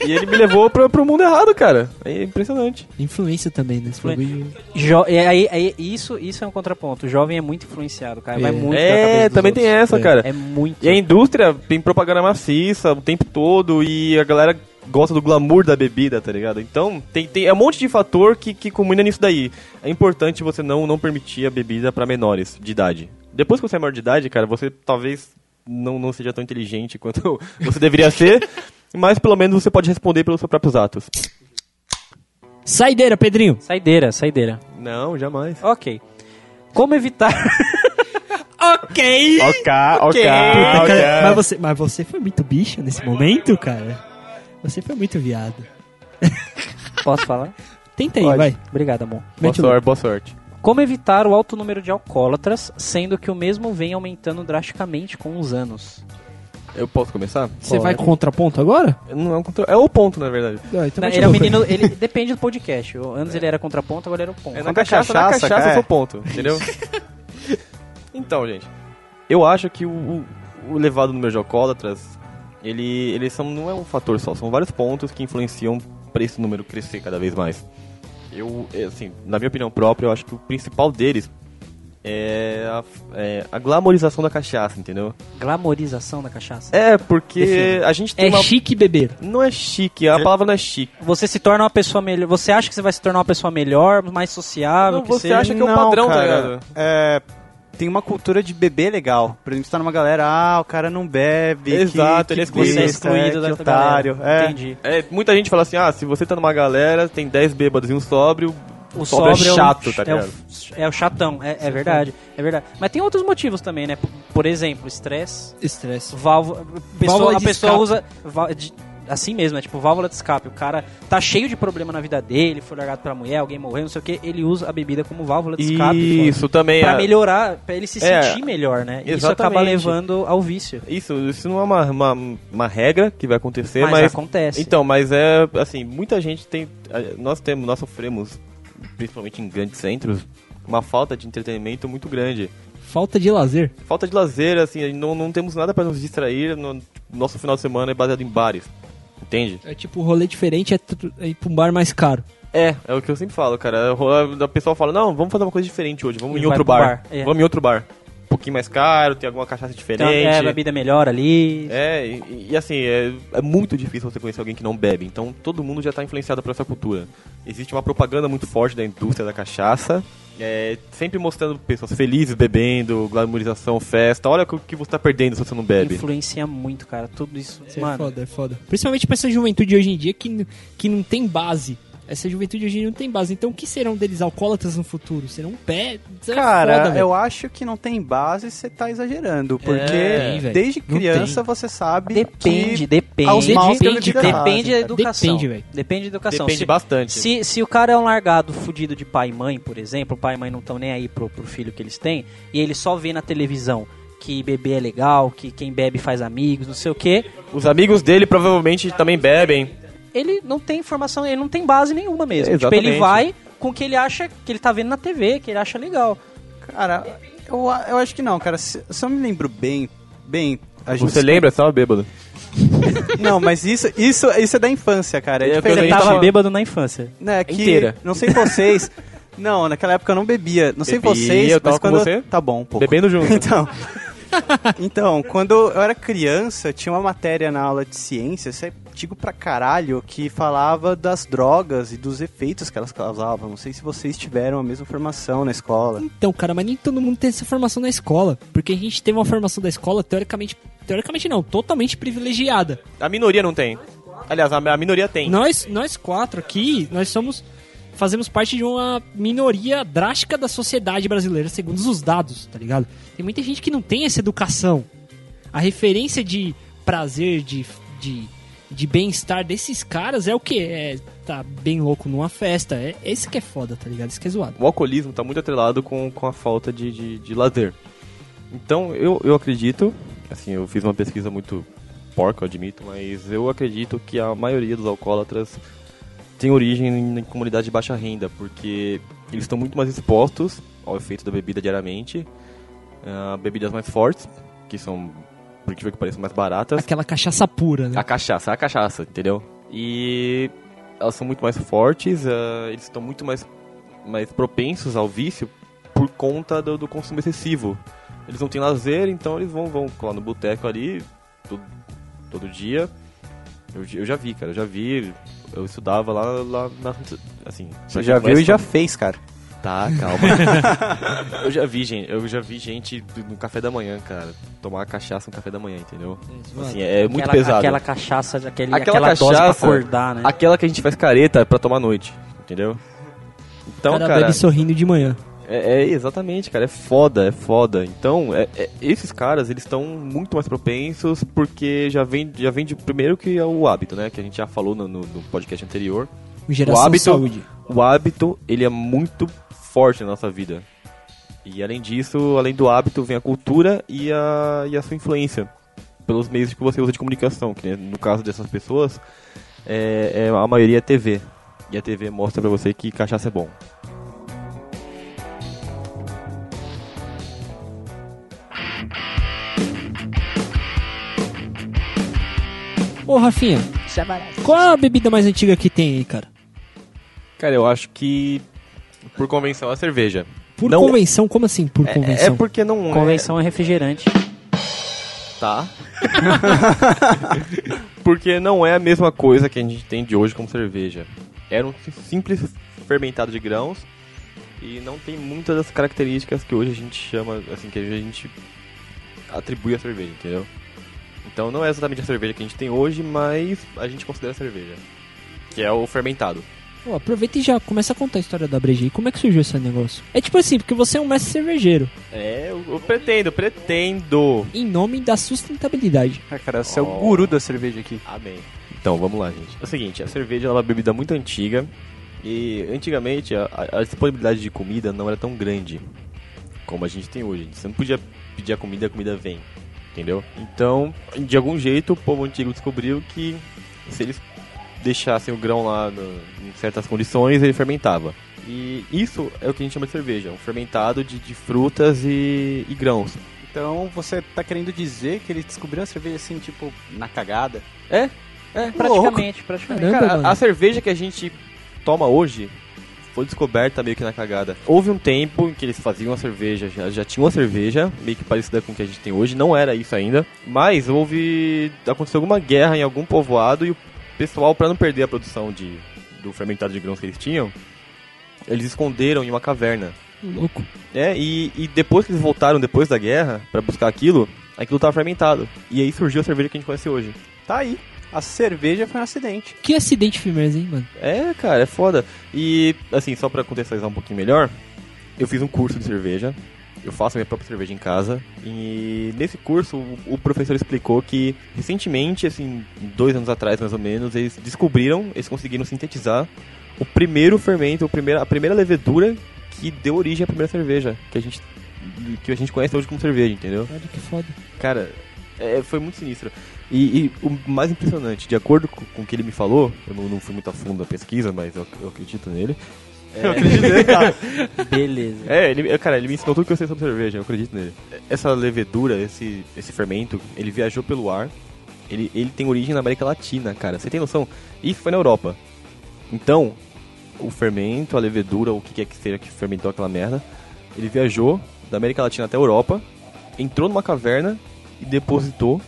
Speaker 5: e ele me levou pro, pro mundo errado, cara. É impressionante.
Speaker 2: Influência também, né? Esse
Speaker 4: Influen-
Speaker 2: bagulho-
Speaker 4: Jo- e aí, aí- isso, isso é um contraponto. O jovem é muito influenciado, cara. Vai
Speaker 2: É.
Speaker 4: muito. na cabeça
Speaker 5: é,
Speaker 4: dos
Speaker 5: também
Speaker 4: outros.
Speaker 5: tem essa,
Speaker 2: É.
Speaker 5: cara.
Speaker 4: É muito.
Speaker 5: E a indústria tem propaganda maciça o tempo todo e a galera gosta do glamour da bebida, tá ligado? Então, tem, tem é um monte de fator que, que combina nisso daí. É importante você não, não permitir a bebida pra menores de idade. Depois que você é maior de idade, cara, você talvez não, não seja tão inteligente quanto você deveria ser, mas pelo menos você pode responder pelos seus próprios atos.
Speaker 2: Saideira, Pedrinho!
Speaker 4: Saideira, saideira.
Speaker 5: Não, jamais.
Speaker 4: Ok. Como evitar.
Speaker 2: Ok!
Speaker 5: Ok, ok,
Speaker 2: Puta, cara, mas,
Speaker 5: ok.
Speaker 2: você, mas você foi muito bicha nesse momento, cara? Você foi muito viado.
Speaker 4: Posso falar?
Speaker 2: Tenta aí,
Speaker 5: Pode.
Speaker 2: vai.
Speaker 4: Obrigado, amor.
Speaker 5: Boa
Speaker 2: Mete o louco.
Speaker 5: sorte, boa sorte.
Speaker 4: Como evitar o alto número de alcoólatras, sendo que o mesmo vem aumentando drasticamente com os anos?
Speaker 5: Eu posso começar?
Speaker 2: Você vai com contraponto agora?
Speaker 5: Não é um contra- é o ponto, na verdade.
Speaker 2: Não, então
Speaker 4: Não,
Speaker 2: mete
Speaker 4: ele é um
Speaker 2: louco aí.
Speaker 4: menino, ele depende do podcast. Eu- Antes ele era contraponto, agora ele era o ponto.
Speaker 5: É
Speaker 3: Quando
Speaker 5: na
Speaker 3: é
Speaker 5: cachaça, na
Speaker 3: cachaça,
Speaker 5: cachaça
Speaker 3: cara,
Speaker 5: eu sou
Speaker 3: é.
Speaker 5: ponto, entendeu? então, gente, eu acho que o, o, o elevado número de alcoólatras, ele, eles são, não é um fator só, são vários pontos que influenciam pra esse número crescer cada vez mais. Eu, eh, assim, na minha opinião própria, eu acho que o principal deles é a, é a glamorização da cachaça, entendeu?
Speaker 4: Glamorização da cachaça.
Speaker 5: É, porque
Speaker 2: Defina.
Speaker 5: a gente tem
Speaker 2: É
Speaker 5: uma...
Speaker 2: chique beber.
Speaker 5: Não é chique, a palavra não é chique.
Speaker 4: Você se torna uma pessoa melhor. Você acha que você vai se tornar uma pessoa melhor, mais sociável,
Speaker 5: Não,
Speaker 4: que
Speaker 5: você
Speaker 4: seja.
Speaker 5: acha que é o padrão, tá ligado?
Speaker 3: É, tem uma cultura de beber legal. Por exemplo, você tá numa galera, ah, o cara não bebe. que-
Speaker 5: Exato,
Speaker 3: que,
Speaker 5: ele é
Speaker 4: Você é
Speaker 3: besta,
Speaker 4: excluído
Speaker 3: é,
Speaker 4: da
Speaker 3: que otário.
Speaker 4: galera.
Speaker 3: É.
Speaker 4: Entendi.
Speaker 5: É, muita gente fala assim, ah, se você tá numa galera, tem 10 bêbados e um sóbrio,
Speaker 4: O
Speaker 5: Sóbrio
Speaker 4: sóbrio,
Speaker 5: é chato, tá
Speaker 4: é o,
Speaker 5: ligado?
Speaker 4: é o chatão, é, é verdade, é verdade. Mas tem outros motivos também, né? Por- Por exemplo, estresse.
Speaker 2: Estresse.
Speaker 4: válvula, pessoa-
Speaker 2: Válvula
Speaker 4: a
Speaker 2: de
Speaker 4: pessoa
Speaker 2: escape.
Speaker 4: usa vá- de- assim mesmo, é tipo válvula de escape. O cara tá cheio de problema na vida dele, foi largado pela mulher, alguém morreu, não sei o que, ele usa a bebida como válvula de escape.
Speaker 5: Isso também.
Speaker 4: Pra
Speaker 5: é-
Speaker 4: melhorar, pra ele se
Speaker 5: É,
Speaker 4: sentir melhor, né? Isso acaba
Speaker 5: exatamente.
Speaker 4: levando ao vício.
Speaker 5: Isso, isso não é uma, uma, uma regra que vai acontecer,
Speaker 4: Mas,
Speaker 5: É, mas,
Speaker 4: acontece.
Speaker 5: então, mas é assim, muita gente tem, a- nós temos, nós sofremos, principalmente em grandes centros, uma falta de entretenimento muito grande.
Speaker 2: Falta de lazer.
Speaker 5: Falta de lazer, assim, não, não temos nada pra nos distrair. No, nosso final de semana é baseado em bares, entende?
Speaker 2: É tipo rolê diferente, é, tru- é ir pra um bar mais caro.
Speaker 5: É, é o que eu sempre falo, cara. O pessoal fala, não, vamos fazer uma coisa diferente hoje, vamos
Speaker 4: E
Speaker 5: em
Speaker 4: vai
Speaker 5: outro
Speaker 4: pro
Speaker 5: bar.
Speaker 4: bar, é.
Speaker 5: Vamos em outro bar. Um pouquinho mais caro, tem alguma cachaça
Speaker 4: Então,
Speaker 5: diferente.
Speaker 4: é, a bebida melhor ali.
Speaker 5: É, e, e assim, é, é muito difícil você conhecer alguém que não bebe. Então todo mundo já está influenciado por essa cultura. Existe uma propaganda muito forte da indústria da cachaça. é, sempre mostrando pessoas felizes bebendo, glamourização, festa. Olha o que- o que você tá perdendo se você não bebe.
Speaker 4: Influencia muito, cara. Tudo isso.
Speaker 2: É
Speaker 4: mano,
Speaker 2: foda, é foda. Principalmente pra essa juventude hoje em dia que, n- que não tem base. Essa juventude hoje em dia não tem base. Então o que serão deles alcoólatras no futuro? Serão pé? Isso é
Speaker 3: Cara,
Speaker 2: foda, velho.
Speaker 3: eu acho que não tem base, você tá exagerando. Porque
Speaker 5: É,
Speaker 2: Tem, velho.
Speaker 3: desde
Speaker 2: Não
Speaker 3: criança
Speaker 2: tem.
Speaker 3: você sabe
Speaker 4: depende,
Speaker 3: que
Speaker 4: depende.
Speaker 3: aos maus que a
Speaker 4: depende,
Speaker 3: bebida
Speaker 4: depende da
Speaker 3: fazem,
Speaker 4: educação.
Speaker 2: Depende, velho.
Speaker 4: Depende da educação.
Speaker 5: Depende
Speaker 4: Se-
Speaker 5: bastante.
Speaker 4: Se, se o cara é um largado fudido de pai e mãe, por exemplo, pai e mãe não estão nem aí pro, pro filho que eles têm, e ele só vê na televisão que beber é legal, que quem bebe faz amigos, não sei o quê,
Speaker 5: Os amigos dele provavelmente também bebem.
Speaker 4: ele não tem informação, ele não tem base nenhuma mesmo.
Speaker 5: É,
Speaker 4: tipo, ele
Speaker 5: exatamente.
Speaker 4: vai com o que ele acha que ele tá vendo na TV, que ele acha legal.
Speaker 3: Cara, eu, a- eu acho que não, cara. Se, se eu me lembro bem, bem. A gente
Speaker 5: Você lembra? Você tava bêbado.
Speaker 3: Não, mas isso, isso, isso é da infância, cara. É,
Speaker 5: É,
Speaker 3: diferente.
Speaker 5: quando a
Speaker 4: Ele
Speaker 5: gente
Speaker 4: tava
Speaker 5: tava-
Speaker 4: bêbado na infância.
Speaker 3: né, que,
Speaker 5: Inteira.
Speaker 3: Não sei vocês. não, naquela época eu não bebia. Não sei
Speaker 5: Bebia,
Speaker 3: vocês,
Speaker 5: eu tava
Speaker 3: mas
Speaker 5: com
Speaker 3: quando.
Speaker 5: você.
Speaker 3: Tá bom, um pouco.
Speaker 5: Bebendo junto.
Speaker 3: Então. Então, quando eu era criança, tinha uma matéria na aula de ciência, isso é antigo pra caralho, que falava das drogas e dos efeitos que elas causavam. Não sei se vocês tiveram a mesma formação na escola.
Speaker 2: Então, cara, mas nem todo mundo tem essa formação na escola. Porque a gente teve uma formação da escola, teoricamente. Teoricamente não, totalmente privilegiada.
Speaker 5: A minoria não tem. Aliás, a, a minoria tem.
Speaker 2: Nós, nós quatro aqui, nós somos fazemos parte de uma minoria drástica da sociedade brasileira, segundo os dados, tá ligado? Tem muita gente que não tem essa educação. A referência de prazer, de, de, de bem-estar desses caras é o que? É tá bem louco numa festa. É esse que é foda, tá ligado? Esse que é zoado.
Speaker 5: o alcoolismo está muito atrelado com, com a falta de, de, de lazer. Então, eu, eu acredito, assim, eu fiz uma pesquisa muito porca, eu admito, mas eu acredito que a maioria dos alcoólatras tem origem em comunidade de baixa renda, porque eles estão muito mais expostos ao efeito da bebida diariamente, ah, bebidas mais fortes, que são, por incrível que pareça, mais baratas.
Speaker 2: Aquela cachaça pura,
Speaker 3: Uhum.
Speaker 2: né?
Speaker 5: A cachaça, a cachaça, entendeu? E elas são muito mais fortes, ah, eles estão muito mais, mais propensos ao vício por conta do, do consumo excessivo. Eles não têm lazer, então eles vão, vão lá no boteco ali todo, todo dia. Eu, eu já vi, cara, eu já vi. Eu estudava lá, lá na. Assim,
Speaker 3: Você já viu e já
Speaker 5: fez.
Speaker 3: fez, cara.
Speaker 5: Tá, calma. eu já vi, gente. Eu já vi gente do- no café da manhã, cara, tomar cachaça no café da manhã, entendeu? Assim, é muito
Speaker 4: aquela,
Speaker 5: pesado.
Speaker 4: Aquela cachaça, aquele, aquela,
Speaker 5: Aquela
Speaker 4: dose pra
Speaker 5: cachaça-
Speaker 4: acordar, né?
Speaker 5: Aquela que a gente faz careta pra tomar à noite, entendeu? Então,
Speaker 2: o cara,
Speaker 5: cara,
Speaker 2: bebe sorrindo de manhã.
Speaker 5: é, é exatamente, cara, é foda, é foda. Então, é- é- esses caras, eles estão muito mais propensos porque já vem, já vem de primeiro que é o hábito, né? Que a gente já falou no, no- no podcast anterior.
Speaker 2: Geração
Speaker 5: o hábito,
Speaker 2: saúde.
Speaker 5: O hábito, ele é muito forte na nossa vida. E além disso, além do hábito, vem a cultura e a, e a sua influência. Pelos meios que você usa de comunicação, que né, no caso dessas pessoas, é, é- a maioria é TV. E a TV mostra pra você que cachaça é bom.
Speaker 2: Ô, Rafinha, qual a bebida mais antiga que tem aí, cara?
Speaker 5: Cara, eu acho que, por convenção, a cerveja.
Speaker 2: Por
Speaker 5: Não-
Speaker 2: convenção, como assim por
Speaker 5: É, é
Speaker 2: convenção?
Speaker 5: porque não
Speaker 4: Convenção é refrigerante.
Speaker 5: é... Tá. porque não é a mesma coisa que a gente tem de hoje como cerveja. Era um simples fermentado de grãos e não tem muitas das características que hoje a gente chama, assim, que hoje a gente atribui à cerveja, entendeu? Então não é exatamente a cerveja que a gente tem hoje, mas a gente considera cerveja. Que é o fermentado.
Speaker 2: Pô, aproveita e já começa a contar a história da breja aí. Como é que surgiu esse negócio? É tipo assim, porque você é um mestre cervejeiro,
Speaker 5: É, eu, eu pretendo, pretendo.
Speaker 2: em nome da sustentabilidade.
Speaker 3: Ah, cara, você é
Speaker 5: Oh.
Speaker 3: o guru da cerveja aqui.
Speaker 5: Amém. Então, vamos lá, gente. É o seguinte, a cerveja ela é uma bebida muito antiga e antigamente a, a- a disponibilidade de comida não era tão grande como a gente tem hoje. Você não podia pedir a comida e a comida vem, entendeu? Então, de algum jeito, o povo antigo descobriu que se eles deixassem o grão lá no- em certas condições, ele fermentava. E isso é o que a gente chama de cerveja, um fermentado de, de frutas e- e grãos.
Speaker 3: Então você tá querendo dizer que ele descobriu a cerveja assim, tipo, na cagada?
Speaker 5: É,
Speaker 4: Praticamente, praticamente.
Speaker 2: Caramba,
Speaker 5: Cara,
Speaker 2: mano.
Speaker 5: a, a cerveja que a gente toma hoje foi descoberta meio que na cagada. Houve um tempo em que eles faziam a cerveja, já, já tinha uma cerveja, meio que parecida com o que a gente tem hoje, não era isso ainda. Mas houve. aconteceu alguma guerra em algum povoado e o pessoal, pra não perder a produção de, do fermentado de grãos que eles tinham, eles esconderam em uma caverna.
Speaker 2: Louco.
Speaker 5: É, e, e depois que eles voltaram, depois da guerra, pra buscar aquilo, aquilo tava fermentado. E aí surgiu a cerveja que a gente conhece hoje.
Speaker 3: Tá aí. A cerveja foi um acidente.
Speaker 2: Que acidente firmeza, hein, mano?
Speaker 5: É, cara, é foda. E, assim, só pra contextualizar um pouquinho melhor, eu fiz um curso de cerveja. Eu faço minha própria cerveja em casa. E nesse curso, o- o professor explicou que, recentemente, assim, dois anos atrás mais ou menos, eles descobriram, eles conseguiram sintetizar o primeiro fermento, o primeiro, a primeira levedura que deu origem à primeira cerveja que a gente, que a gente conhece hoje como cerveja, entendeu?
Speaker 2: Olha que foda.
Speaker 5: Cara, é, foi muito sinistro. E, e o mais impressionante, de acordo com, com o que ele me falou, eu não, não fui muito a fundo na pesquisa, mas eu, eu acredito nele. Eu acredito nele,
Speaker 4: Beleza.
Speaker 5: É, ele, eu- cara, ele me ensinou tudo que eu sei sobre cerveja, eu acredito nele. Essa levedura, esse, esse fermento, ele viajou pelo ar. Ele, ele tem origem na América Latina, cara. Você tem noção? E foi na Europa. Então, o fermento, a levedura, o que quer que seja que fermentou aquela merda, ele viajou da América Latina até a Europa, entrou numa caverna e depositou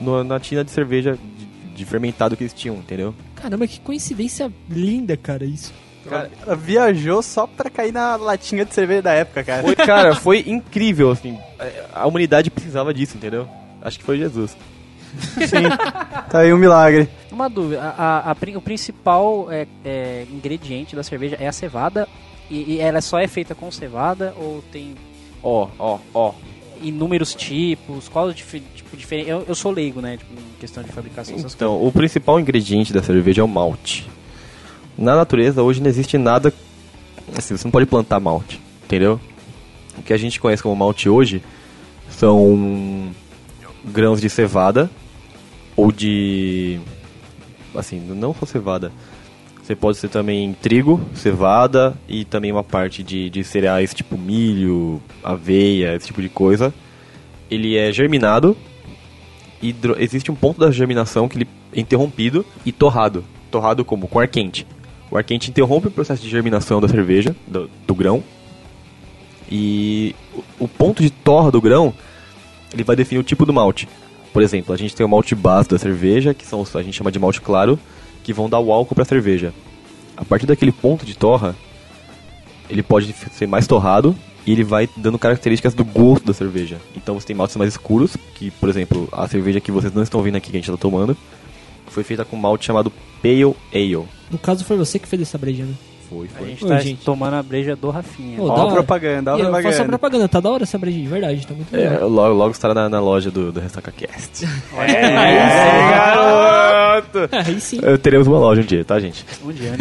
Speaker 5: no- na tina de cerveja de, de fermentado que eles tinham, entendeu?
Speaker 2: Caramba, que coincidência linda, cara, isso.
Speaker 5: Cara-
Speaker 3: Ela viajou só pra cair na latinha de cerveja da época, cara.
Speaker 5: Foi, cara, foi incrível, assim. A- A humanidade precisava disso, entendeu? Acho que foi Jesus.
Speaker 3: Tá aí um milagre.
Speaker 4: Uma dúvida, a- a- a pri- o principal é, é, ingrediente da cerveja é a cevada e, e ela só é feita com cevada ou tem
Speaker 5: Ó, ó, ó.
Speaker 4: inúmeros tipos? Qual o dif- tipo diferente? Eu, eu sou leigo, né? Tipo, em questão de fabricação, essas coisas.
Speaker 5: Então, o principal ingrediente da cerveja é o malte. Na natureza, hoje não existe nada. Assim, você não pode plantar malte, entendeu? O que a gente conhece como malte hoje são grãos de cevada ou de. Assim, não só cevada. Você pode ser também trigo, cevada e também uma parte de, de cereais tipo milho, aveia, esse tipo de coisa. Ele é germinado e dro- existe um ponto da germinação que ele é interrompido e torrado. Torrado como? Com ar quente. O ar quente interrompe o processo de germinação da cerveja, do, do grão. E o, o ponto de torra do grão, ele vai definir o tipo do malte. Por exemplo, a gente tem o malte base da cerveja, que são os- a gente chama de malte claro, que vão dar o álcool para a cerveja. A partir daquele ponto de torra, ele pode f- ser mais torrado e ele vai dando características do gosto da cerveja. Então você tem maltes mais escuros, que por exemplo, a cerveja que vocês não estão vendo aqui que a gente está tomando, foi feita com um malte chamado Pale Ale.
Speaker 2: No caso, foi você que fez essa breja, né?
Speaker 5: Foi,
Speaker 4: A
Speaker 5: foi.
Speaker 4: gente
Speaker 2: Ô,
Speaker 4: tá
Speaker 2: gente.
Speaker 4: tomando a breja do Rafinha.
Speaker 2: Ô,
Speaker 3: Ó
Speaker 2: da
Speaker 3: a
Speaker 2: hora.
Speaker 3: propaganda, ó a
Speaker 2: E eu faço a
Speaker 3: propaganda.
Speaker 2: propaganda, tá da hora essa breja de verdade, tá muito
Speaker 5: É,
Speaker 2: legal.
Speaker 5: logo, logo estará na, na loja do, do Ressaca Cast.
Speaker 2: Aí sim,
Speaker 5: Eh, Teremos uma loja um dia, tá, gente?
Speaker 4: Um dia, um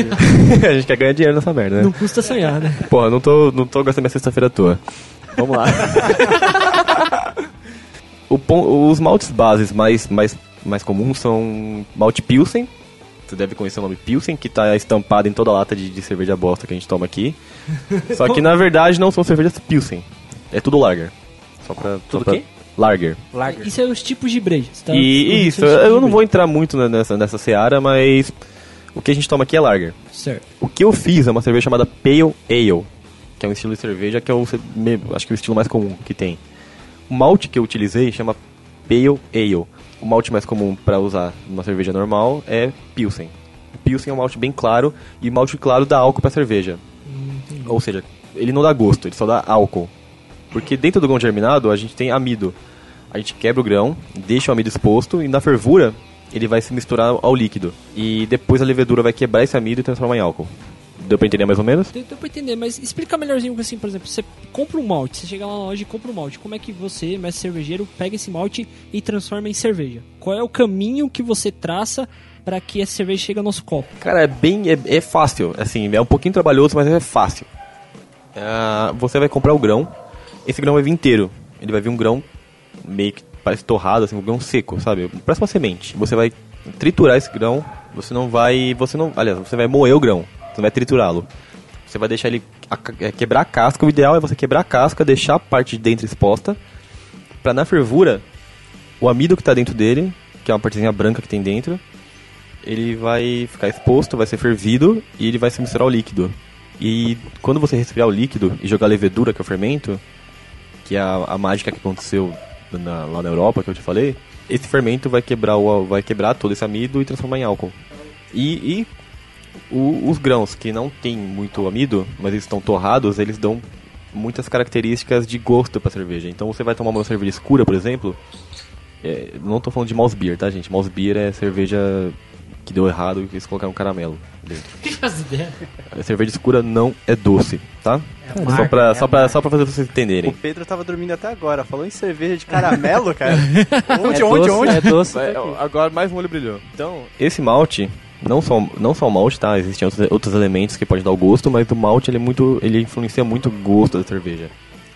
Speaker 4: dia.
Speaker 5: a gente quer ganhar dinheiro nessa merda,
Speaker 2: não
Speaker 5: né?
Speaker 2: custa sonhar, né?
Speaker 5: Porra, não tô, não tô gastando minha sexta-feira à toa. Vamos lá. O pon- os maltes bases mais, mais, mais comuns são malte Pilsen. Você deve conhecer o nome Pilsen, que tá estampado em toda a lata de, de cerveja bosta que a gente toma aqui. Só que na verdade não são cervejas Pilsen. É tudo lager. Só pra. só
Speaker 4: Tudo
Speaker 5: pra
Speaker 4: quê?
Speaker 5: Lager.
Speaker 4: Lager.
Speaker 2: Isso é os tipos de brejas, tá? Os
Speaker 5: E isso,
Speaker 2: tipos de
Speaker 5: eu não
Speaker 2: breja.
Speaker 5: vou entrar muito na- nessa, nessa seara, mas o que a gente toma aqui é lager.
Speaker 2: Certo.
Speaker 5: O que eu fiz é uma cerveja chamada Pale Ale, que é um estilo de cerveja que é o, ce- me- acho que é o estilo mais comum que tem. O malte que eu utilizei chama Pale Ale. O malte mais comum para usar numa cerveja normal é Pilsen. Pilsen é um malte bem claro e malte claro dá álcool para cerveja. Ou seja, ele não dá gosto, ele só dá álcool. Porque dentro do grão germinado a gente tem amido. A gente quebra o grão, deixa o amido exposto e na fervura ele vai se misturar ao líquido. E depois a levedura vai quebrar esse amido e transformar em álcool. Deu pra entender mais ou menos?
Speaker 2: Deu, deu pra entender, mas explica melhorzinho assim, por exemplo, você compra um malte, você chega lá na loja e compra um malte. Como é que você, mestre cervejeiro, pega esse malte e transforma em cerveja? Qual é o caminho que você traça pra que essa cerveja chegue ao nosso copo?
Speaker 5: Cara, é bem. É, é fácil. Assim, é um pouquinho trabalhoso, mas é fácil. Ah, você vai comprar o grão. Esse grão vai vir inteiro. Ele vai vir um grão meio que parece torrado, assim, um grão seco, sabe? Parece uma semente. Você vai triturar esse grão. Você não vai. Você não. Aliás, você vai moer o grão. Você não vai triturá-lo. Você vai deixar ele a ca- é, quebrar a casca. O ideal é você quebrar a casca, deixar a parte de dentro exposta. Pra na fervura, o amido que tá dentro dele, que é uma partezinha branca que tem dentro, ele vai ficar exposto, vai ser fervido e ele vai se misturar ao líquido. E quando você resfriar o líquido e jogar a levedura, que é o fermento, que é a, a mágica que aconteceu na- lá na Europa, que eu te falei, esse fermento vai quebrar, o, vai quebrar todo esse amido e transformar em álcool. E, e o- os grãos que não tem muito amido, mas eles estão torrados, eles dão muitas características de gosto pra cerveja. Então você vai tomar uma cerveja escura, por exemplo, é, não tô falando de mouse beer, tá, gente? Mouse beer é cerveja que deu errado e eles colocaram caramelo dentro. A cerveja escura não é doce, tá? só, pra, só, pra, só pra fazer vocês
Speaker 3: O
Speaker 5: entenderem.
Speaker 3: Pedro tava dormindo até agora. Falou em cerveja de caramelo, cara. Onde,
Speaker 4: É
Speaker 3: onde,
Speaker 4: doce,
Speaker 3: onde?
Speaker 4: É doce.
Speaker 5: agora mais um olho brilhou. Então, esse malte, não só, não só o malte, tá? Existem outros, outros elementos que podem dar o gosto, mas o malte ele é muito. ele influencia muito o gosto da cerveja.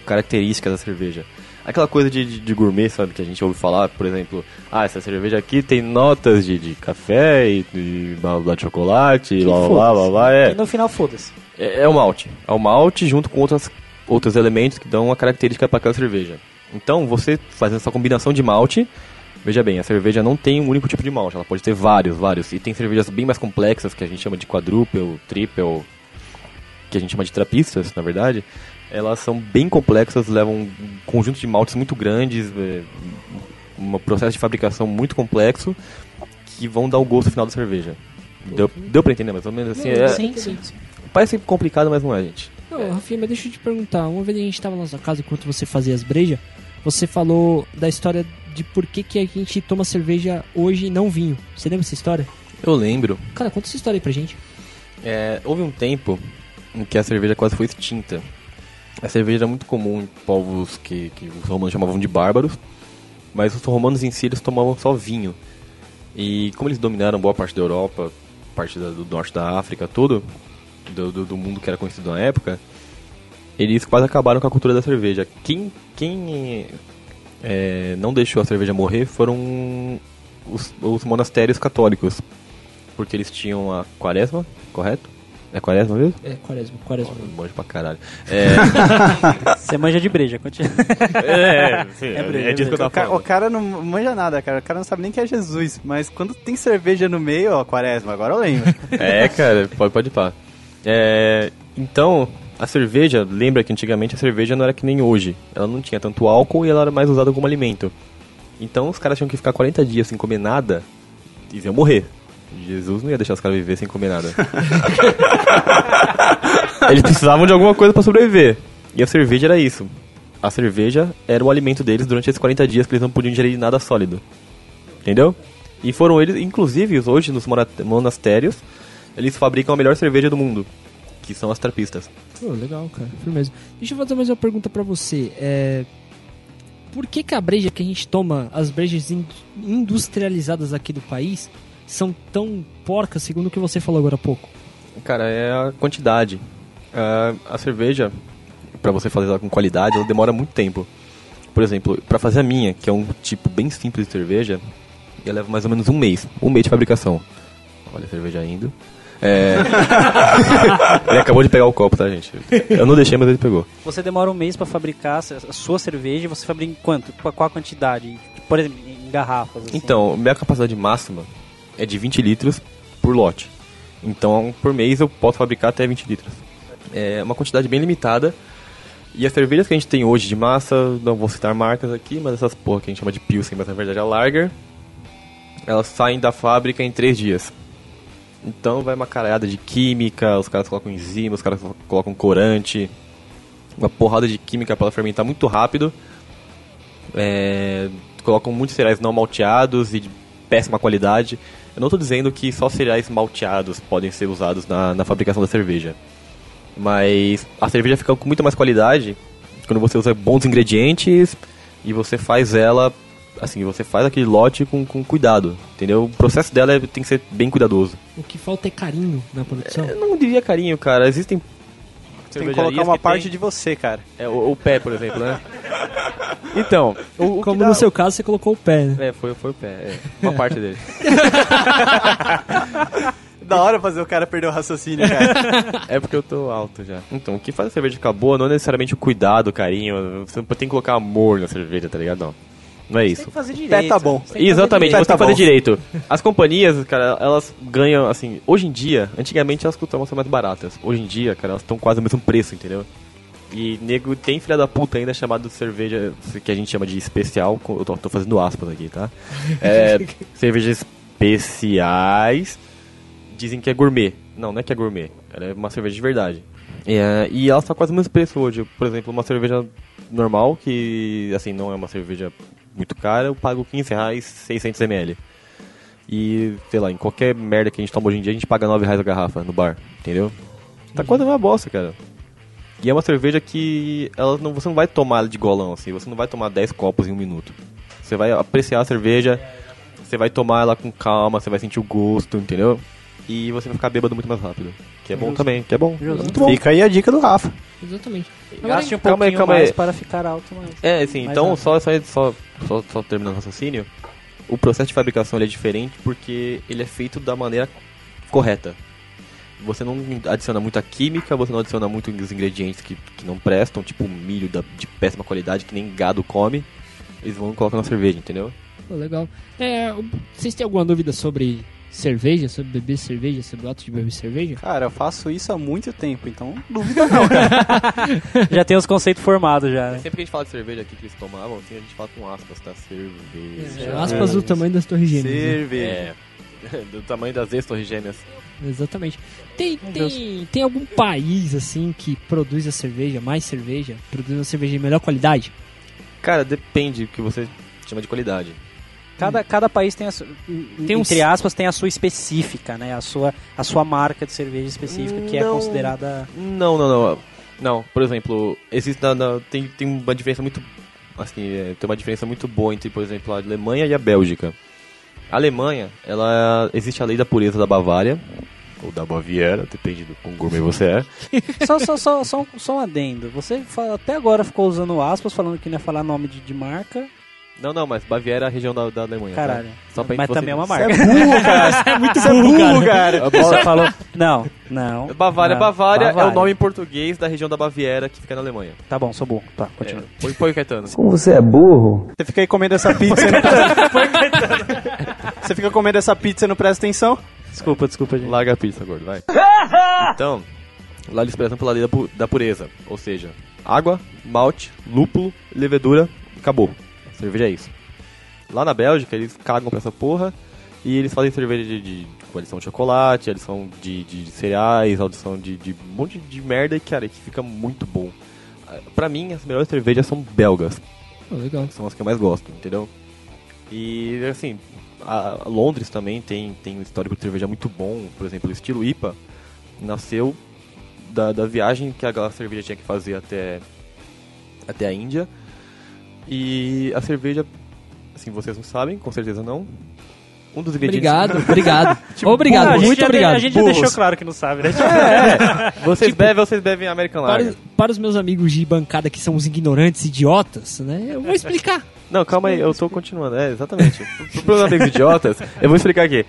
Speaker 5: Características da cerveja. Aquela coisa de, de, de gourmet, sabe, que a gente ouve falar, por exemplo, ah, essa cerveja aqui tem notas de, de café e, e blá blá de chocolate, e blá blá blá blá blá, é.
Speaker 4: E no final, foda-se.
Speaker 5: É, é o malte. É o malte junto com outras, outros elementos que dão uma característica para aquela cerveja. Então, você fazendo essa combinação de malte, veja bem, a cerveja não tem um único tipo de malte, ela pode ter vários, vários. E tem cervejas bem mais complexas que a gente chama de quadruple, triple, que a gente chama de trapistas, na verdade. Elas são bem complexas, levam um conjunto de maltes muito grandes, é, um processo de fabricação muito complexo, que vão dar o gosto final da cerveja. Deu, deu pra entender mais ou menos assim? é-
Speaker 2: sim, sim, sim.
Speaker 5: Parece complicado, mas não é, gente.
Speaker 2: Não, Rafinha, mas deixa eu te perguntar. Uma vez a gente tava lá na sua casa, enquanto você fazia as brejas, você falou da história de por que, que a gente toma cerveja hoje e não vinho. Você lembra essa história?
Speaker 5: Eu lembro,
Speaker 2: Cara, conta essa história aí pra gente.
Speaker 5: é, houve um tempo em que a cerveja quase foi extinta. A cerveja era muito comum em povos que, que os romanos chamavam de bárbaros, mas os romanos em si eles tomavam só vinho. E como eles dominaram boa parte da Europa, parte da- do norte da África, todo, do, do- do mundo que era conhecido na época, eles quase acabaram com a cultura da cerveja. Quem, quem eh, não deixou a cerveja morrer foram os, os monastérios católicos, porque eles tinham a quaresma, correto? É quaresma mesmo?
Speaker 2: É, quaresma, quaresma.
Speaker 5: Manjo pra caralho. É,
Speaker 4: Você manja de breja, continua.
Speaker 5: é, sim, é,
Speaker 4: brilho,
Speaker 5: é disso que eu tava
Speaker 3: O ca- o
Speaker 5: falando.
Speaker 3: cara não manja nada, cara. O cara não sabe nem que é Jesus. Mas quando tem cerveja no meio, ó, quaresma, agora eu lembro.
Speaker 5: É, cara, pode, pode ir pá. É, então, a cerveja, lembra que antigamente a cerveja não era que nem hoje. Ela não tinha tanto álcool e ela era mais usada como alimento. Então os caras tinham que ficar 40 dias sem comer nada e iam morrer. Jesus não ia deixar os caras viver sem comer nada. Eles precisavam de alguma coisa pra sobreviver. E a cerveja era isso. A cerveja era o alimento deles durante esses 40 dias que eles não podiam ingerir nada sólido. Entendeu? E foram eles, inclusive os hoje nos mora- monastérios, eles fabricam a melhor cerveja do mundo, que são as trapistas.
Speaker 2: Pô, legal, cara. Firmeza. Deixa eu fazer mais uma pergunta pra você. É... Por que, que a breja que a gente toma, as brejas in- industrializadas aqui do país, são tão porcas, segundo o que você falou agora há pouco?
Speaker 5: Cara, é a quantidade. Ah, a cerveja, pra você fazer ela com qualidade, ela demora muito tempo. Por exemplo, pra fazer a minha, que é um tipo bem simples de cerveja, ela leva mais ou menos um mês. Um mês de fabricação. Olha a cerveja indo. É... ele acabou de pegar o copo, tá, gente? Eu não deixei, mas ele pegou.
Speaker 4: Você demora um mês pra fabricar a sua cerveja, você fabrica em quanto? Com a- Qual a quantidade? Tipo, Por exemplo, em garrafas. Assim.
Speaker 5: Então, minha capacidade máxima é de 20 litros por lote. Então, por mês eu posso fabricar até 20 litros. É uma quantidade bem limitada. E as cervejas que a gente tem hoje de massa, não vou citar marcas aqui, mas essas porra que a gente chama de Pilsen, mas na verdade é Lager, elas saem da fábrica em 3 dias. Então vai uma caralhada de química, os caras colocam enzima, os caras colocam corante, uma porrada de química para fermentar muito rápido. É, colocam muitos cereais não malteados e de péssima qualidade. Eu não estou dizendo que só cereais malteados podem ser usados na, na fabricação da cerveja. Mas a cerveja fica com muito mais qualidade quando você usa bons ingredientes e você faz ela, assim, você faz aquele lote com, com cuidado, entendeu? O processo dela é- tem que ser bem cuidadoso.
Speaker 2: O que falta é carinho na produção.
Speaker 5: Eu não diria carinho, cara. Existem.
Speaker 3: Tem que colocar
Speaker 5: cervejarias
Speaker 3: uma
Speaker 5: que
Speaker 3: parte
Speaker 5: tem-
Speaker 3: de você, cara.
Speaker 5: É, o, o pé, por exemplo, né? Então, o, o que
Speaker 2: Como
Speaker 5: dá-
Speaker 2: no seu caso, você colocou o pé, né?
Speaker 5: É, foi, foi o pé. é. uma parte dele.
Speaker 3: Da hora fazer o cara perder o raciocínio, cara.
Speaker 5: É porque eu tô alto já. Então, o que faz a cerveja ficar boa não é necessariamente o cuidado, o carinho. Você não tem que colocar amor na cerveja, tá ligado? Não. Não é
Speaker 4: Tem
Speaker 5: isso.
Speaker 4: que fazer direito.
Speaker 3: Pé tá bom.
Speaker 4: Você tem que fazer
Speaker 5: Exatamente,
Speaker 4: direito.
Speaker 5: você tem
Speaker 3: Tá
Speaker 5: que fazer
Speaker 3: bom.
Speaker 5: direito. As companhias, cara, elas ganham, assim, hoje em dia, antigamente elas custavam ser mais baratas. Hoje em dia, cara, elas estão quase no mesmo preço, entendeu? E nego tem filha da puta ainda chamado de cerveja que a gente chama de especial. com- Eu tô, tô fazendo aspas aqui, tá? É, cervejas especiais dizem que é gourmet. Não, não é que é gourmet. Ela é uma cerveja de verdade. É, e ela tá quase no mesmo preço hoje. Por exemplo, uma cerveja normal, que assim, não é uma cerveja muito cara, eu pago 15 reais 600 ml. E, sei lá, em qualquer merda que a gente toma hoje em dia, a gente paga 9 reais a garrafa no bar, entendeu? Tá quase uma bosta, cara. E é uma cerveja que ela não, você não vai tomar ela de golão, assim, você não vai tomar 10 copos em um minuto. Você vai apreciar a cerveja, você vai tomar ela com calma, você vai sentir o gosto, entendeu? E você vai ficar bêbado muito mais rápido. Que é bom também, que é bom. É muito bom.
Speaker 3: Fica aí a dica do Rafa.
Speaker 2: Exatamente.
Speaker 4: Gaste um pouquinho
Speaker 5: Calma aí, calma aí.
Speaker 4: mais para ficar alto mais.
Speaker 5: É, sim,
Speaker 4: Mais
Speaker 5: então
Speaker 4: rápido.
Speaker 5: só, só, só, só, só terminando o raciocínio, o processo de fabricação ele é diferente porque ele é feito da maneira correta. Você não adiciona muita química, você não adiciona muito os ingredientes que, que não prestam, tipo milho da- de péssima qualidade que nem gado come, eles vão colocar na cerveja, entendeu?
Speaker 2: Pô, legal. É, vocês têm alguma dúvida sobre cerveja, sobre beber cerveja, sobre o ato de beber cerveja?
Speaker 3: Cara, eu faço isso há muito tempo, então
Speaker 4: já tem os conceitos formados já, né?
Speaker 5: Sempre que a gente fala de cerveja aqui que eles tomavam, assim, a gente fala com aspas, tá? Cerveja.
Speaker 2: É, Aspas do tamanho das torres gêmeas. né?
Speaker 3: cerveja.
Speaker 5: É. Do tamanho das ex-torres gêmeas.
Speaker 2: Exatamente. Tem,
Speaker 4: Deus.
Speaker 2: tem, tem algum país assim que produz a cerveja, mais cerveja, produz uma cerveja de melhor qualidade?
Speaker 5: Cara, depende do que você Chama de qualidade.
Speaker 4: Cada, cada país tem a sua,
Speaker 2: Tem um
Speaker 4: entre
Speaker 2: s-
Speaker 4: aspas, tem a sua específica, né? A sua, a sua marca de cerveja específica, que é
Speaker 5: Não.
Speaker 4: considerada...
Speaker 5: Não, não, não. Não, por exemplo, existe na- na- tem, tem uma diferença muito. Assim, é, tem uma diferença muito boa entre, por exemplo, a Alemanha e a Bélgica. A Alemanha, ela. Existe a lei da pureza da Bavária, ou da Baviera, depende do quão gourmet você é.
Speaker 4: só, só, só, só, um- só um adendo. Você fala- até agora ficou usando aspas, falando que não ia falar nome de, de marca.
Speaker 5: Não, não, mas Baviera é a região da, da Alemanha. tá?
Speaker 4: Caralho.
Speaker 5: Só pra
Speaker 4: Mas
Speaker 5: você-
Speaker 4: também é uma
Speaker 5: Você
Speaker 4: marca.
Speaker 2: É muito burro, cara.
Speaker 5: A bola falou.
Speaker 4: Não, não.
Speaker 5: Bavária,
Speaker 4: não.
Speaker 5: Bavária é o nome em português da região da Baviera que fica na Alemanha.
Speaker 4: Tá bom, sou burro. Tá, continua.
Speaker 5: É, Põe, põe o Caetano.
Speaker 3: Você fica aí comendo essa pizza e não presta... Você fica comendo essa pizza e não presta atenção?
Speaker 4: Desculpa, desculpa, gente.
Speaker 5: Larga a pizza, gordo, vai. Então, lá eles prezam pela lei da, pu- da pureza. Ou seja, água, malte, lúpulo, levedura, acabou. Cerveja é isso. Lá na Bélgica, eles cagam pra essa porra. E eles fazem cerveja de, de, com adição de chocolate, adição de, de cereais, adição de, de um monte de merda. E, cara, que fica muito bom. Ah, Pra mim, as melhores cervejas são belgas.
Speaker 2: legal.
Speaker 5: São as que eu mais gosto, entendeu? E assim, a a Londres também tem, tem um histórico de cerveja muito bom, por exemplo, o estilo IPA nasceu da, da viagem que a cerveja tinha que fazer até, até a Índia. E a cerveja, assim, vocês não sabem, com certeza não. Um dos ingredientes.
Speaker 2: Obrigado, obrigado.
Speaker 4: Não, a
Speaker 2: obrigado,
Speaker 4: gente
Speaker 2: muito
Speaker 4: já de-
Speaker 2: obrigado.
Speaker 4: a gente já
Speaker 5: Burros.
Speaker 4: deixou claro que não sabe, né?
Speaker 5: É, Vocês bebem, vocês bebem American
Speaker 2: Para,
Speaker 5: Lager.
Speaker 2: para os meus amigos de bancada que são os ignorantes idiotas, né? Eu vou explicar.
Speaker 5: Não, calma aí, eu tô continuando. É, exatamente. Para os amigos idiotas, eu vou explicar aqui.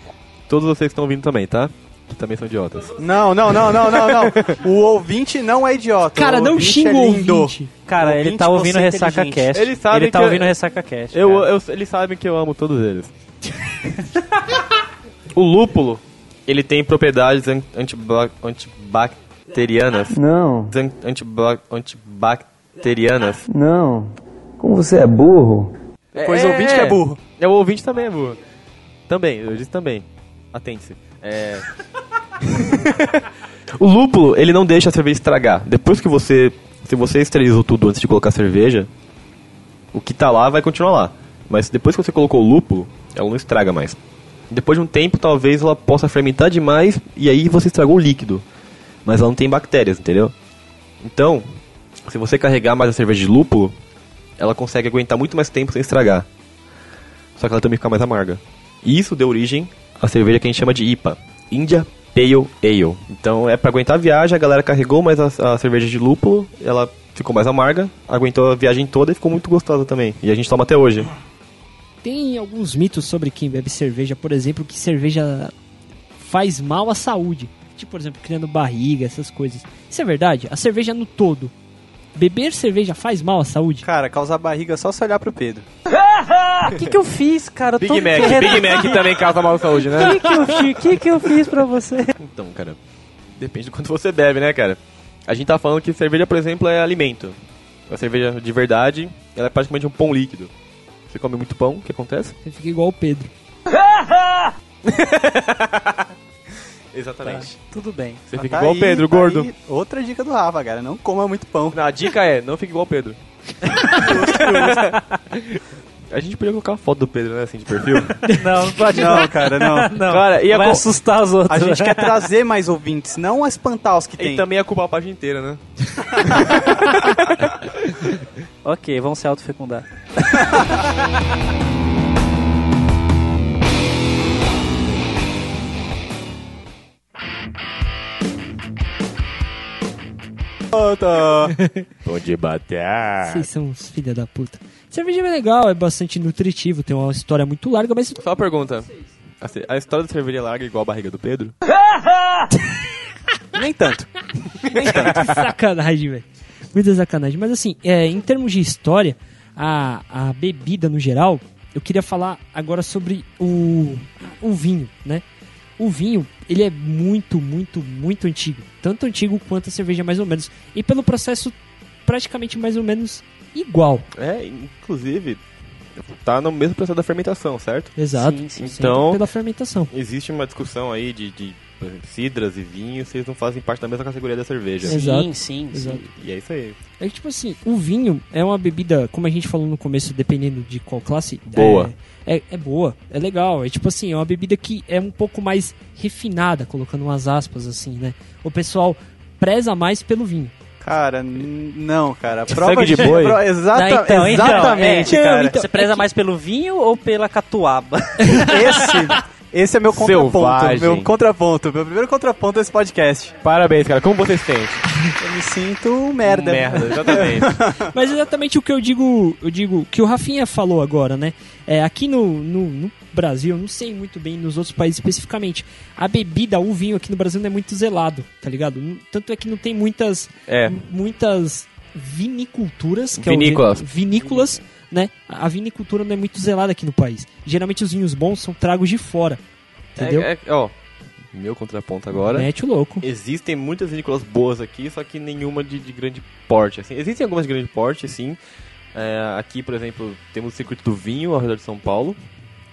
Speaker 5: Todos vocês que estão ouvindo também, tá? Que também são idiotas.
Speaker 3: Não, não, não, não, não, não. O ouvinte não é idiota.
Speaker 2: Cara, não
Speaker 3: ouvinte
Speaker 2: xinga
Speaker 3: é
Speaker 2: o
Speaker 3: lindo.
Speaker 2: ouvinte.
Speaker 4: Cara, ele
Speaker 3: Ouvinte,
Speaker 4: tá ouvindo
Speaker 3: você é
Speaker 4: Ressaca
Speaker 3: inteligente.
Speaker 4: Cast.
Speaker 5: Ele sabe
Speaker 4: Ele tá
Speaker 5: que eu-
Speaker 4: ouvindo Ressaca Cast.
Speaker 5: Eu,
Speaker 4: cara.
Speaker 5: eu, eles sabem que eu amo todos eles. o lúpulo, ele tem propriedades an- antiba- antibacterianas. Não. antibacterianas.
Speaker 7: Não. Como você é burro.
Speaker 3: Pois o ouvinte que é burro.
Speaker 5: É, o ouvinte também é burro. Também, eu disse também. Atente-se. É... o lúpulo, ele não deixa a cerveja estragar. Depois que você... Se você esterilizou tudo antes de colocar a cerveja, o que tá lá vai continuar lá. Mas depois que você colocou o lúpulo, ela não estraga mais. Depois de um tempo, talvez ela possa fermentar demais e aí você estragou o líquido. Mas ela não tem bactérias, entendeu? Então, se você carregar mais a cerveja de lúpulo, ela consegue aguentar muito mais tempo sem estragar. Só que ela também fica mais amarga. E isso deu origem à cerveja que a gente chama de IPA, India Pale Ale. Então é pra aguentar a viagem, a galera carregou mais a, a cerveja de lúpulo, ela ficou mais amarga, aguentou a viagem toda e ficou muito gostosa também. E a gente toma até hoje.
Speaker 2: Tem alguns mitos sobre quem bebe cerveja, por exemplo, que cerveja faz mal à saúde. Tipo, por exemplo, criando barriga, essas coisas. Isso é verdade? A cerveja no todo. Beber cerveja faz mal à saúde?
Speaker 3: Cara, causar barriga é só se olhar pro Pedro.
Speaker 4: O que que eu fiz, cara? Eu tô
Speaker 5: Big Mac,
Speaker 4: querendo-
Speaker 5: Big Mac também causa mal à saúde, né?
Speaker 4: que, que eu fiz? que que eu fiz pra você?
Speaker 5: Então, cara, depende do quanto você bebe, né, cara? A gente tá falando que cerveja, por exemplo, é alimento. A cerveja de verdade, ela é praticamente um pão líquido. Você come muito pão, o que acontece?
Speaker 2: Você fica igual o Pedro.
Speaker 5: Exatamente.
Speaker 4: Tudo bem.
Speaker 5: Você
Speaker 3: Mas
Speaker 5: fica
Speaker 3: tá
Speaker 5: igual o
Speaker 3: aí,
Speaker 5: Pedro,
Speaker 3: tá
Speaker 5: gordo.
Speaker 3: aí. Outra dica do Rafa, cara. Não coma muito pão.
Speaker 5: Não, a dica é, não fique igual o Pedro. a gente podia colocar uma foto do Pedro, né, assim, de perfil.
Speaker 4: Não, não pode
Speaker 3: Não, cara, não.
Speaker 4: Não.
Speaker 5: Cara, e a
Speaker 4: vai
Speaker 5: co-
Speaker 4: assustar os outros.
Speaker 3: A gente
Speaker 8: né?
Speaker 3: quer trazer mais ouvintes, não espantar os que tem.
Speaker 5: e também ia culpar a página inteira, né?
Speaker 4: Ok, vamos se autofecundar.
Speaker 5: Onde bater.
Speaker 2: Vocês são uns filha da puta. Cerveja é legal, é bastante nutritivo, tem uma história muito larga, mas
Speaker 5: Só uma pergunta. A ce- A história da cerveja larga é igual a barriga do Pedro?
Speaker 3: Nem tanto.
Speaker 2: sacanagem, velho. Muita sacanagem. Mas assim, é, em termos de história, a, a bebida no geral, eu queria falar agora sobre o, o vinho, né? O vinho, ele é muito, muito, muito antigo. Tanto antigo quanto a cerveja, mais ou menos. E pelo processo praticamente mais ou menos igual.
Speaker 5: É, inclusive, tá no mesmo processo da fermentação, certo?
Speaker 2: Exato.
Speaker 4: Sim, sim,
Speaker 5: sim. Então-
Speaker 2: Pela fermentação.
Speaker 5: Existe uma discussão aí de, de Por exemplo, cidras e vinhos, vocês não fazem parte da mesma categoria da cerveja.
Speaker 2: Sim. Exato.
Speaker 8: sim,
Speaker 2: Exato.
Speaker 8: sim.
Speaker 5: E é isso aí.
Speaker 2: É que, tipo assim, o vinho é uma bebida, como a gente falou no começo, dependendo de qual classe.
Speaker 5: Boa.
Speaker 2: É, é, é boa, é legal. É tipo assim, é uma bebida que é um pouco mais refinada, colocando umas aspas assim, né? O pessoal preza mais pelo vinho.
Speaker 3: Cara, n- não, cara. A prova
Speaker 5: de boi?
Speaker 3: pro- exata-
Speaker 8: Ah, então, então,
Speaker 3: exatamente,
Speaker 2: é. Não,
Speaker 3: cara.
Speaker 2: então-
Speaker 8: Você preza mais pelo vinho ou pela catuaba?
Speaker 3: Esse, esse é meu contraponto.
Speaker 5: Selvagem.
Speaker 3: Meu contraponto. Meu primeiro contraponto desse podcast.
Speaker 5: Parabéns, cara. Como vocês sentem?
Speaker 3: Eu me sinto um merda.
Speaker 5: Merda, exatamente.
Speaker 2: Mas exatamente o que eu digo, eu digo que o Rafinha falou agora, né? É, aqui no, no, no Brasil, eu não sei muito bem nos outros países especificamente, a bebida, o vinho aqui no Brasil não é muito zelado, tá ligado? Não- Tanto é que não tem muitas
Speaker 5: É.
Speaker 2: muitas viniculturas, que
Speaker 5: Vinícolas.
Speaker 2: é o, vinícolas, né? A vinicultura não é muito zelada aqui no país. Geralmente os vinhos bons são tragos de fora. Entendeu?
Speaker 5: É, é- ó, meu contraponto agora.
Speaker 2: Mete o louco.
Speaker 5: Existem muitas vinícolas boas aqui, só que nenhuma de, de grande porte. Assim. Existem algumas de grande porte, sim. É, aqui, por exemplo, temos o Circuito do Vinho ao redor de São Paulo.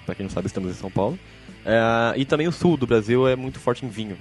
Speaker 5: Pra quem não sabe, estamos em São Paulo. É, e também o sul do Brasil é muito forte em vinho,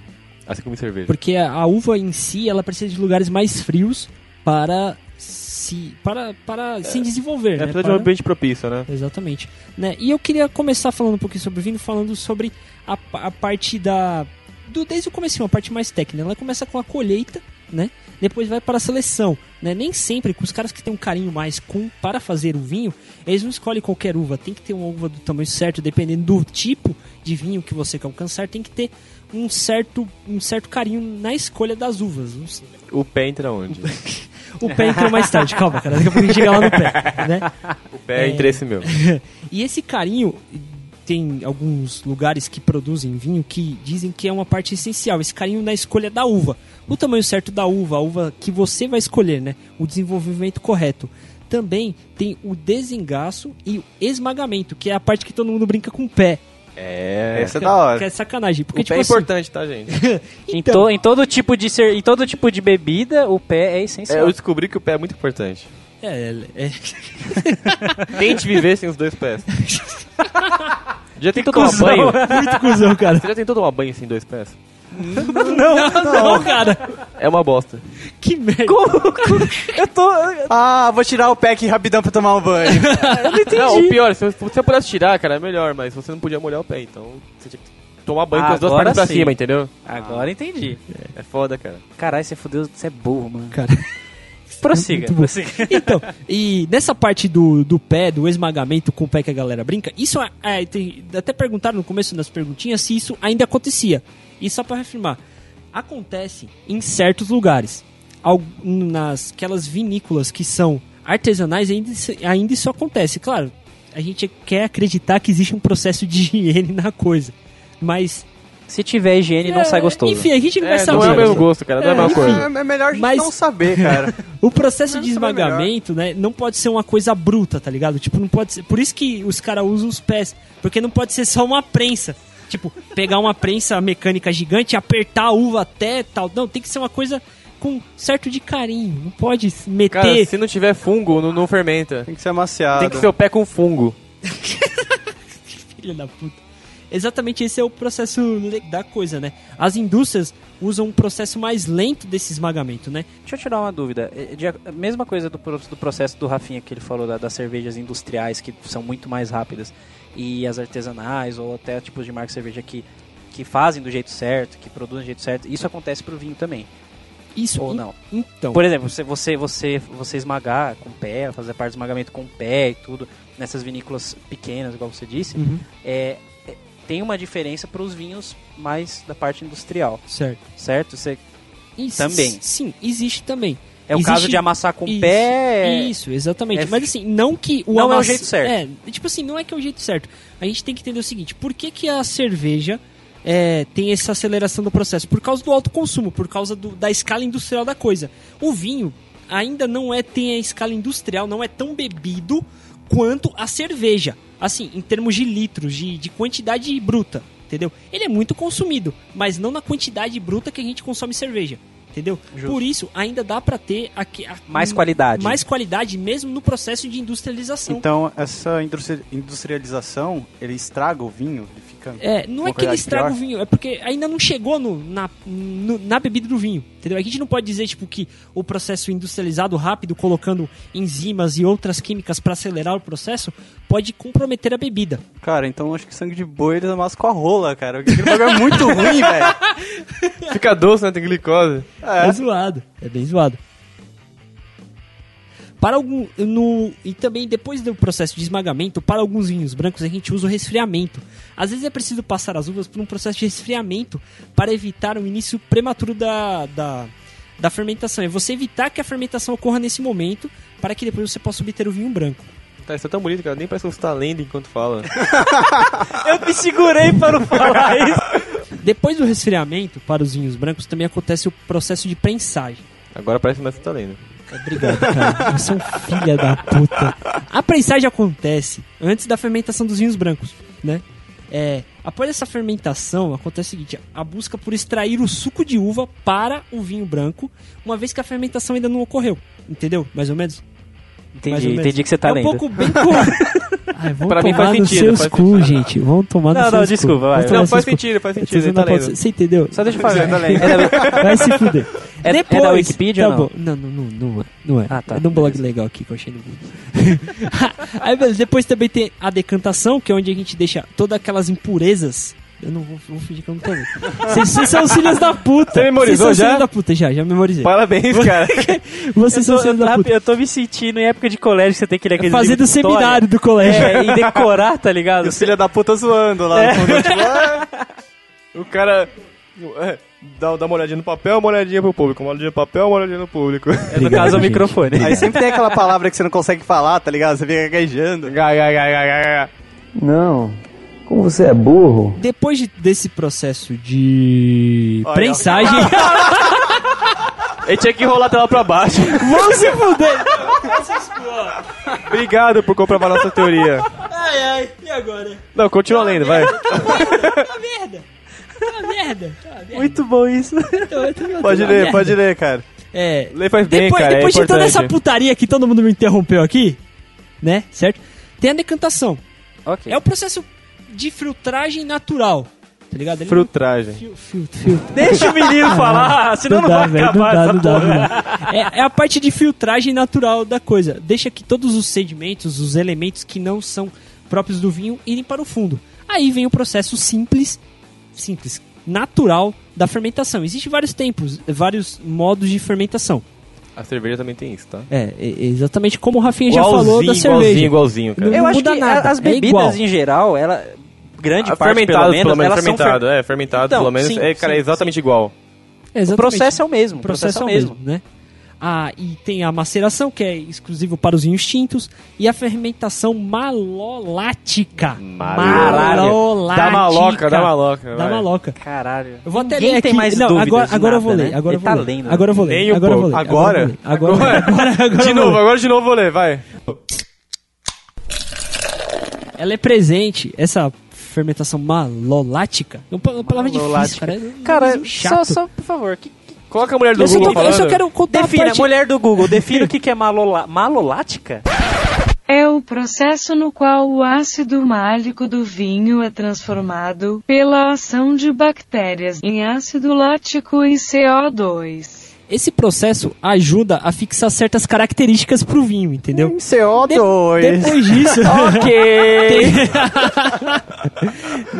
Speaker 5: assim como em cerveja.
Speaker 2: Porque a, a uva em si, ela precisa de lugares mais frios para se para para se desenvolver,
Speaker 5: É,
Speaker 2: né?
Speaker 5: apesar de um
Speaker 2: Para-
Speaker 5: ambiente propício, né?
Speaker 2: Exatamente. Né? E eu queria começar falando um pouquinho sobre o vinho, falando sobre a, pa- a parte da. Do, desde o começo, a parte mais técnica. né? Ela começa com a colheita, né? Depois vai para a seleção. Né? Nem sempre, com os caras que têm um carinho mais com para fazer o vinho, eles não escolhem qualquer uva. Tem que ter uma uva do tamanho certo, dependendo do tipo de vinho que você quer alcançar, tem que ter um certo, um certo carinho na escolha das uvas. Um c-
Speaker 5: O pé entra onde?
Speaker 2: O pé entrou mais tarde, calma, cara. Daqui a pouco a gente chega lá no pé. Né?
Speaker 5: o pé
Speaker 2: É.
Speaker 5: entra esse meu.
Speaker 2: E esse carinho tem alguns lugares que produzem vinho que dizem que é uma parte essencial, esse carinho na escolha da uva. O tamanho certo da uva, a uva que você vai escolher, né? O desenvolvimento correto. Também tem o desengaço e o esmagamento, que é a parte que todo mundo brinca com o pé.
Speaker 5: É.
Speaker 3: Essa é da hora.
Speaker 2: Que é sacanagem. Porque,
Speaker 5: o pé
Speaker 2: tipo
Speaker 5: é
Speaker 2: assim,
Speaker 5: importante, tá, gente?
Speaker 8: em,
Speaker 2: então,
Speaker 8: to- em todo tipo de ser, em todo tipo de bebida, o pé é
Speaker 5: É,
Speaker 8: essencial.
Speaker 5: eu descobri que o pé é muito importante.
Speaker 2: é, é,
Speaker 5: Tente viver sem os dois pés. Já tentou tomar
Speaker 8: cuzão.
Speaker 5: banho?
Speaker 2: é muito cuzão, cara.
Speaker 5: Você já tentou tomar banho sem dois pés?
Speaker 2: Não, não, cara.
Speaker 5: É uma bosta.
Speaker 2: Que merda.
Speaker 8: Eu tô.
Speaker 3: Ah, vou tirar o pack rapidão pra tomar um banho.
Speaker 5: Não, o pior, se você pudesse tirar, cara, é melhor, mas você não podia molhar o pé, então você tinha que tomar banho com as duas
Speaker 8: Agora
Speaker 5: pernas pra
Speaker 8: sim.
Speaker 5: cima, entendeu?
Speaker 8: Agora entendi.
Speaker 5: É foda, cara.
Speaker 8: Caralho, você fudeu, você é burro, mano.
Speaker 2: Cara.
Speaker 8: Prossiga.
Speaker 2: Muito bom. Então, e nessa parte do, do pé, do esmagamento com o pé que a galera brinca, isso é- é, tem- até perguntaram no começo das perguntinhas se isso ainda acontecia. E só pra reafirmar, acontece em certos lugares. Al- Nas aquelas vinícolas que são artesanais, ainda, isso- ainda isso acontece. Claro, a gente quer acreditar que existe um processo de higiene na coisa. Mas.
Speaker 8: Se tiver higiene, não sai gostoso.
Speaker 2: É, Enfim, a gente não vai
Speaker 5: É,
Speaker 2: saber.
Speaker 5: não é o mesmo
Speaker 2: Gostoso.
Speaker 5: gosto, cara, não é a mesma
Speaker 2: enfim.
Speaker 5: coisa.
Speaker 3: É, é melhor a gente
Speaker 2: Mas-
Speaker 3: não saber, cara.
Speaker 2: O processo de
Speaker 3: Menos também é melhor.
Speaker 2: esmagamento, né, não pode ser uma coisa bruta, tá ligado? Tipo, não pode ser. Por isso que os caras usam os pés, porque não pode ser só uma prensa. Tipo, pegar uma prensa mecânica gigante, apertar a uva até tal. Não, tem que ser uma coisa com certo de carinho. Não pode meter.
Speaker 5: Cara, se não tiver fungo, não, não fermenta.
Speaker 3: Tem que ser amaciado.
Speaker 5: Tem que ser um- o pé com fungo.
Speaker 2: Filha da puta. Exatamente esse é o processo le- da coisa, né? As indústrias usam um processo mais lento desse esmagamento, né?
Speaker 8: Deixa eu tirar uma dúvida. É, de- a mesma coisa do, pro- do processo do Rafinha que ele falou da- das cervejas industriais que são muito mais rápidas e as artesanais ou até tipos de marca de cerveja que, que fazem do jeito certo, que produzem do jeito certo. Isso acontece pro vinho também,
Speaker 2: Isso.
Speaker 8: ou
Speaker 2: en-
Speaker 8: não?
Speaker 2: Então.
Speaker 8: Por exemplo, você, você, você, você esmagar com o pé, fazer a parte do esmagamento com o pé e tudo, nessas vinícolas pequenas, igual você disse,
Speaker 2: Uhum,
Speaker 8: é, é- tem uma diferença para os vinhos mais da parte industrial,
Speaker 2: certo.
Speaker 8: certo? Você,
Speaker 2: Isso,
Speaker 8: Também.
Speaker 2: Sim, existe também.
Speaker 8: é o
Speaker 2: Existe-
Speaker 8: caso de amassar com o
Speaker 2: Isso,
Speaker 8: pé.
Speaker 2: Isso, exatamente.
Speaker 8: é-
Speaker 2: Mas assim, não que o
Speaker 8: Não é o
Speaker 2: amass-
Speaker 8: jeito certo.
Speaker 2: É, tipo assim, não é que é o jeito certo. A gente tem que entender o seguinte: por que, que a cerveja é, tem essa aceleração do processo? Por causa do alto consumo, por causa do- da escala industrial da coisa. O vinho ainda não é tem a escala industrial, não é tão bebido quanto a cerveja. Assim, em termos de litros, de, de quantidade bruta, entendeu? Ele é muito consumido, mas não na quantidade bruta que a gente consome cerveja. Entendeu? Por isso, ainda dá pra ter aqui, a-
Speaker 8: Mais qualidade.
Speaker 2: mais qualidade mesmo no processo de industrialização.
Speaker 3: Então, essa industri- industrialização, ele estraga o vinho? Ele fica...
Speaker 2: É, não é
Speaker 3: Uma
Speaker 2: que ele
Speaker 3: qualidade
Speaker 2: estraga o
Speaker 3: pior.
Speaker 2: vinho, é porque ainda não chegou no, na, no- na bebida do vinho, entendeu? A gente não pode dizer, tipo, que o processo industrializado rápido, colocando enzimas e outras químicas pra acelerar o processo, pode comprometer a bebida.
Speaker 3: Cara, então acho que sangue de boi eles amassam com a rola, cara. Aquele bagulho é muito ruim, velho.
Speaker 5: Fica doce, né? Tem glicose.
Speaker 2: É, zoado, é bem zoado. Para algum, no, e também depois do processo de esmagamento, para alguns vinhos brancos a gente usa o resfriamento. Às vezes é preciso passar as uvas por um processo de resfriamento para evitar o início prematuro da, da, da fermentação. É você evitar que a fermentação ocorra nesse momento para que depois você possa obter o vinho branco.
Speaker 5: Tá, isso é tão bonito, cara. Nem parece que você tá lendo enquanto fala.
Speaker 8: Eu me segurei para não falar isso.
Speaker 2: Depois do resfriamento, para os vinhos brancos, também acontece o processo de prensagem.
Speaker 5: Agora parece que mais que tá lendo.
Speaker 2: Obrigado, cara. Você é um filho da puta. A prensagem acontece antes da fermentação dos vinhos brancos, né? É, após essa fermentação, acontece o seguinte: a busca por extrair o suco de uva para o vinho branco, uma vez que a fermentação ainda não ocorreu. Entendeu? Mais ou menos? Mais ou
Speaker 8: Entendi,
Speaker 2: menos.
Speaker 8: entendi que você tá
Speaker 2: é um
Speaker 8: lendo.
Speaker 2: pouco bem com... Ai, vamos
Speaker 5: Pra mim
Speaker 2: tomar
Speaker 5: faz
Speaker 2: no
Speaker 5: sentido,
Speaker 2: seus
Speaker 5: faz
Speaker 2: cu, gente. Vamos tomar
Speaker 8: Não,
Speaker 2: no
Speaker 8: não,
Speaker 2: seus
Speaker 8: desculpa,
Speaker 2: cu.
Speaker 8: vai.
Speaker 2: Vamos tomar
Speaker 5: Não,
Speaker 2: nos
Speaker 5: faz
Speaker 2: seus cu.
Speaker 5: sentido, faz
Speaker 2: Vocês
Speaker 5: sentido. Ele
Speaker 2: não
Speaker 5: tá
Speaker 2: podem-
Speaker 5: lendo.
Speaker 2: Você entendeu?
Speaker 8: Só deixa eu falar.
Speaker 3: Você tá lendo.
Speaker 8: É da-
Speaker 2: Vai se fuder.
Speaker 8: É, é da Wikipedia
Speaker 2: tá
Speaker 8: ou não?
Speaker 2: bom. Não, não, não, não é. Não é.
Speaker 8: Ah, tá.
Speaker 2: é de um blog legal aqui que eu achei no Google. Aí, beleza, depois também tem a decantação, que é onde a gente deixa todas aquelas impurezas. Eu não vou, vou fingir que eu não tô lendo. Vocês vocês são os filhos da puta.
Speaker 5: Você memorizou
Speaker 2: Vocês são os
Speaker 5: já?
Speaker 2: filhos da puta, já, já memorizei.
Speaker 5: Parabéns, cara.
Speaker 2: Vocês são
Speaker 8: eu,
Speaker 2: os
Speaker 8: tô,
Speaker 2: filhos da
Speaker 8: eu,
Speaker 2: puta.
Speaker 8: tô me sentindo em época de colégio que você tem que ler aquele
Speaker 2: Fazer do seminário do colégio.
Speaker 8: É, e decorar, tá ligado?
Speaker 3: E os filha da puta zoando lá. no fundo, tipo, "Ah,
Speaker 5: O cara. é, Dá, dá uma olhadinha no papel, uma olhadinha pro público. Uma olhadinha no papel, uma olhadinha no público.
Speaker 8: É, no caso, o
Speaker 2: gente.
Speaker 8: microfone.
Speaker 3: Aí sempre tem aquela palavra que você não consegue falar, tá ligado? Você fica gaguejando.
Speaker 5: Gá, gá, gá, gá, gá, gá.
Speaker 7: Não. Como você é burro?
Speaker 2: Depois de- desse processo de prensagem, Tá
Speaker 5: Ele tinha que enrolar a tela pra baixo.
Speaker 2: vão se fuder.
Speaker 5: Obrigado por comprovar nossa teoria.
Speaker 2: Ai, ai, e agora?
Speaker 5: Não, continua lendo, vai.
Speaker 2: Tá merda. Tá merda. Tá merda.
Speaker 8: Muito bom isso.
Speaker 2: Então, eu tô- eu tô
Speaker 3: Pode
Speaker 2: na
Speaker 3: ler,
Speaker 2: merda.
Speaker 3: pode ler, cara.
Speaker 2: É,
Speaker 5: Lê faz bem,
Speaker 2: Depois,
Speaker 5: cara.
Speaker 2: depois
Speaker 5: é
Speaker 2: de toda essa
Speaker 5: importante.
Speaker 2: putaria que todo mundo me interrompeu aqui, né? Certo? Tem a decantação.
Speaker 8: Ok.
Speaker 2: É o processo de filtragem natural. Tá ligado? Ele
Speaker 5: Frutragem.
Speaker 2: Fil, fil, filtra. Ah,
Speaker 8: Deixa o menino falar, senão não,
Speaker 2: dá,
Speaker 8: vai
Speaker 2: velho,
Speaker 8: acabar
Speaker 2: não dá,
Speaker 8: essa
Speaker 2: não dá,
Speaker 8: porra.
Speaker 2: não dá. É, é a parte de filtragem natural da coisa. Deixa que todos os sedimentos, os elementos que não são próprios do vinho, irem para o fundo. Aí vem o processo simples, simples, natural da fermentação. Existem vários tempos, vários modos de fermentação.
Speaker 5: A cerveja também tem isso, tá?
Speaker 2: É, e- exatamente como o Rafinha já falou da
Speaker 5: igualzinho,
Speaker 2: cerveja.
Speaker 5: igualzinho, cara.
Speaker 2: Não
Speaker 8: Eu acho
Speaker 2: muda
Speaker 8: que
Speaker 2: nada,
Speaker 8: as
Speaker 2: é
Speaker 8: bebidas
Speaker 2: igual.
Speaker 8: em geral, ela grande
Speaker 5: Ah,
Speaker 8: parte
Speaker 5: fermentado,
Speaker 8: pelo menos, elas são
Speaker 5: fermentado,
Speaker 8: fer-
Speaker 5: é, fermentado,
Speaker 8: Então,
Speaker 5: pelo menos.
Speaker 8: sim,
Speaker 5: é, cara,
Speaker 8: sim,
Speaker 5: é exatamente igual.
Speaker 2: Exatamente.
Speaker 8: O processo é o mesmo,
Speaker 2: O
Speaker 8: o processo é o mesmo.
Speaker 2: né? Ah, e tem a maceração, que é exclusivo para os vinhos tintos, e a fermentação malolática.
Speaker 5: Malolá-
Speaker 2: Malolática.
Speaker 5: Dá maloca, dá maloca.
Speaker 2: Dá
Speaker 5: vai.
Speaker 2: maloca.
Speaker 8: Caralho.
Speaker 2: Eu vou até
Speaker 8: Ninguém
Speaker 2: ler aqui.
Speaker 8: tem mais
Speaker 2: Não,
Speaker 8: dúvidas
Speaker 2: agora,
Speaker 8: de
Speaker 2: agora eu vou
Speaker 8: nada,
Speaker 2: ler.
Speaker 8: né?
Speaker 2: Agora eu
Speaker 8: Ele
Speaker 2: vou
Speaker 8: tá
Speaker 2: ler.
Speaker 8: lendo, né?
Speaker 2: Agora eu vou
Speaker 5: Nem
Speaker 2: ler.
Speaker 5: um
Speaker 2: Agora eu vou ler.
Speaker 5: pouco.
Speaker 2: Agora eu vou ler. Agora eu vou ler. Agora- agora
Speaker 5: De
Speaker 2: eu vou
Speaker 5: novo,
Speaker 2: ler.
Speaker 5: agora de novo eu vou ler, vai.
Speaker 2: Ela é presente, essa fermentação malolática. É uma pa- uma palavra difícil,
Speaker 8: Malolática.
Speaker 2: cara. É um
Speaker 8: Cara,
Speaker 2: nomezinho
Speaker 8: só,
Speaker 2: chato.
Speaker 8: só, por favor, que,
Speaker 5: Coloca a mulher do
Speaker 2: Eu só,
Speaker 5: Google
Speaker 2: tô- eu
Speaker 5: falando.
Speaker 2: só quero contar a
Speaker 8: defina,
Speaker 2: parte-
Speaker 8: mulher do Google, defina o que, que é malola, malolática?
Speaker 9: É o processo no qual o ácido málico do vinho é transformado, pela ação de bactérias, em ácido lático e CO2.
Speaker 2: Esse processo ajuda a fixar certas características pro vinho, entendeu?
Speaker 3: é CO2.
Speaker 2: Depois disso,
Speaker 8: ok.
Speaker 2: tem-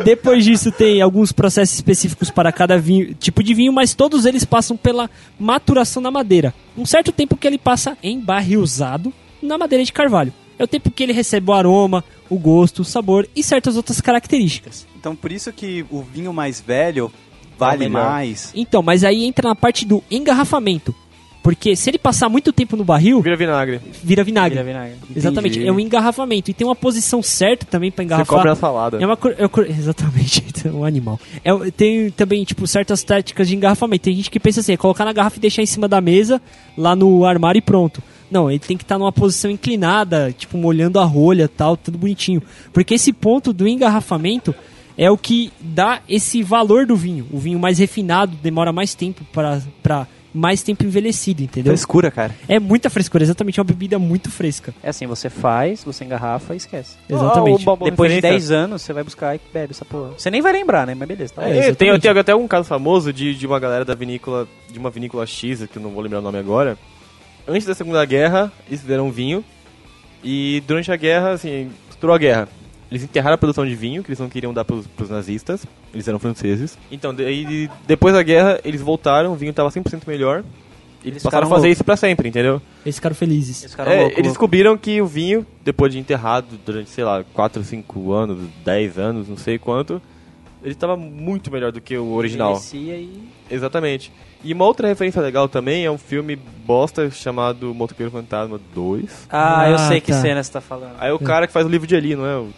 Speaker 2: depois disso tem alguns processos específicos para cada vinho- tipo de vinho, mas todos eles passam pela maturação na madeira. Um certo tempo que ele passa em barrilzado na madeira de carvalho. É o tempo que ele recebe o aroma, o gosto, o sabor e certas outras características.
Speaker 3: Então por isso que o vinho mais velho vale
Speaker 5: melhor.
Speaker 3: mais.
Speaker 2: Então, mas aí entra na parte do engarrafamento. Porque se ele passar muito tempo no barril,
Speaker 5: Vira vinagre.
Speaker 2: vira vinagre.
Speaker 8: Vira vinagre.
Speaker 2: Exatamente, é um engarrafamento. E tem uma posição certa também para
Speaker 5: Você cobre
Speaker 2: engarrafar.
Speaker 5: na salada.
Speaker 2: É uma cur- é uma cur- Exatamente, é um animal. É um- tem também, tipo, certas táticas de engarrafamento. Tem gente que pensa assim, é colocar na garrafa e deixar em cima da mesa, lá no armário e pronto. Não, ele tem que estar numa posição inclinada, tipo, molhando a rolha tal, tudo bonitinho. Porque esse ponto do engarrafamento é o que dá esse valor do vinho. O vinho mais refinado demora mais tempo para mais tempo envelhecida, entendeu?
Speaker 3: Frescura, cara.
Speaker 2: É muita frescura, exatamente, é uma bebida muito fresca.
Speaker 8: É assim, você faz, você engarrafa e esquece.
Speaker 2: Exatamente.
Speaker 5: Ah, uma boa
Speaker 8: Depois de
Speaker 5: referência.
Speaker 8: 10 anos, você vai buscar e bebe essa porra. Você nem vai lembrar, né? Mas beleza, tá
Speaker 2: É,
Speaker 8: bom.
Speaker 5: É, tem,
Speaker 2: exatamente.
Speaker 5: tem até um caso famoso de, de uma galera da vinícola, de uma vinícola X, que eu não vou lembrar o nome agora. Antes da Segunda Guerra, eles fizeram um vinho. E durante a guerra, assim, estourou a guerra. Eles enterraram a produção de vinho, que eles não queriam dar pros, pros nazistas. Eles eram franceses. Então, daí, depois da guerra, eles voltaram, o vinho tava 100% melhor. E eles
Speaker 8: Eles
Speaker 5: passaram a
Speaker 8: ficaram
Speaker 5: fazer
Speaker 8: loucos.
Speaker 5: isso pra sempre, entendeu?
Speaker 2: Eles ficaram felizes.
Speaker 8: Esse cara é
Speaker 5: É,
Speaker 8: louco.
Speaker 5: eles descobriram que o vinho, depois de enterrado durante, sei lá, 4, 5 anos, 10 anos, não sei quanto, ele estava muito melhor do que o original.
Speaker 8: Envelhecia e-
Speaker 5: Exatamente. E uma outra referência legal também é um filme bosta chamado Motoqueiro Fantasma 2.
Speaker 8: Ah, eu
Speaker 2: Ah,
Speaker 8: sei que
Speaker 2: tá.
Speaker 8: cena você tá falando.
Speaker 5: Aí o cara que faz o livro de Eli, não é? O-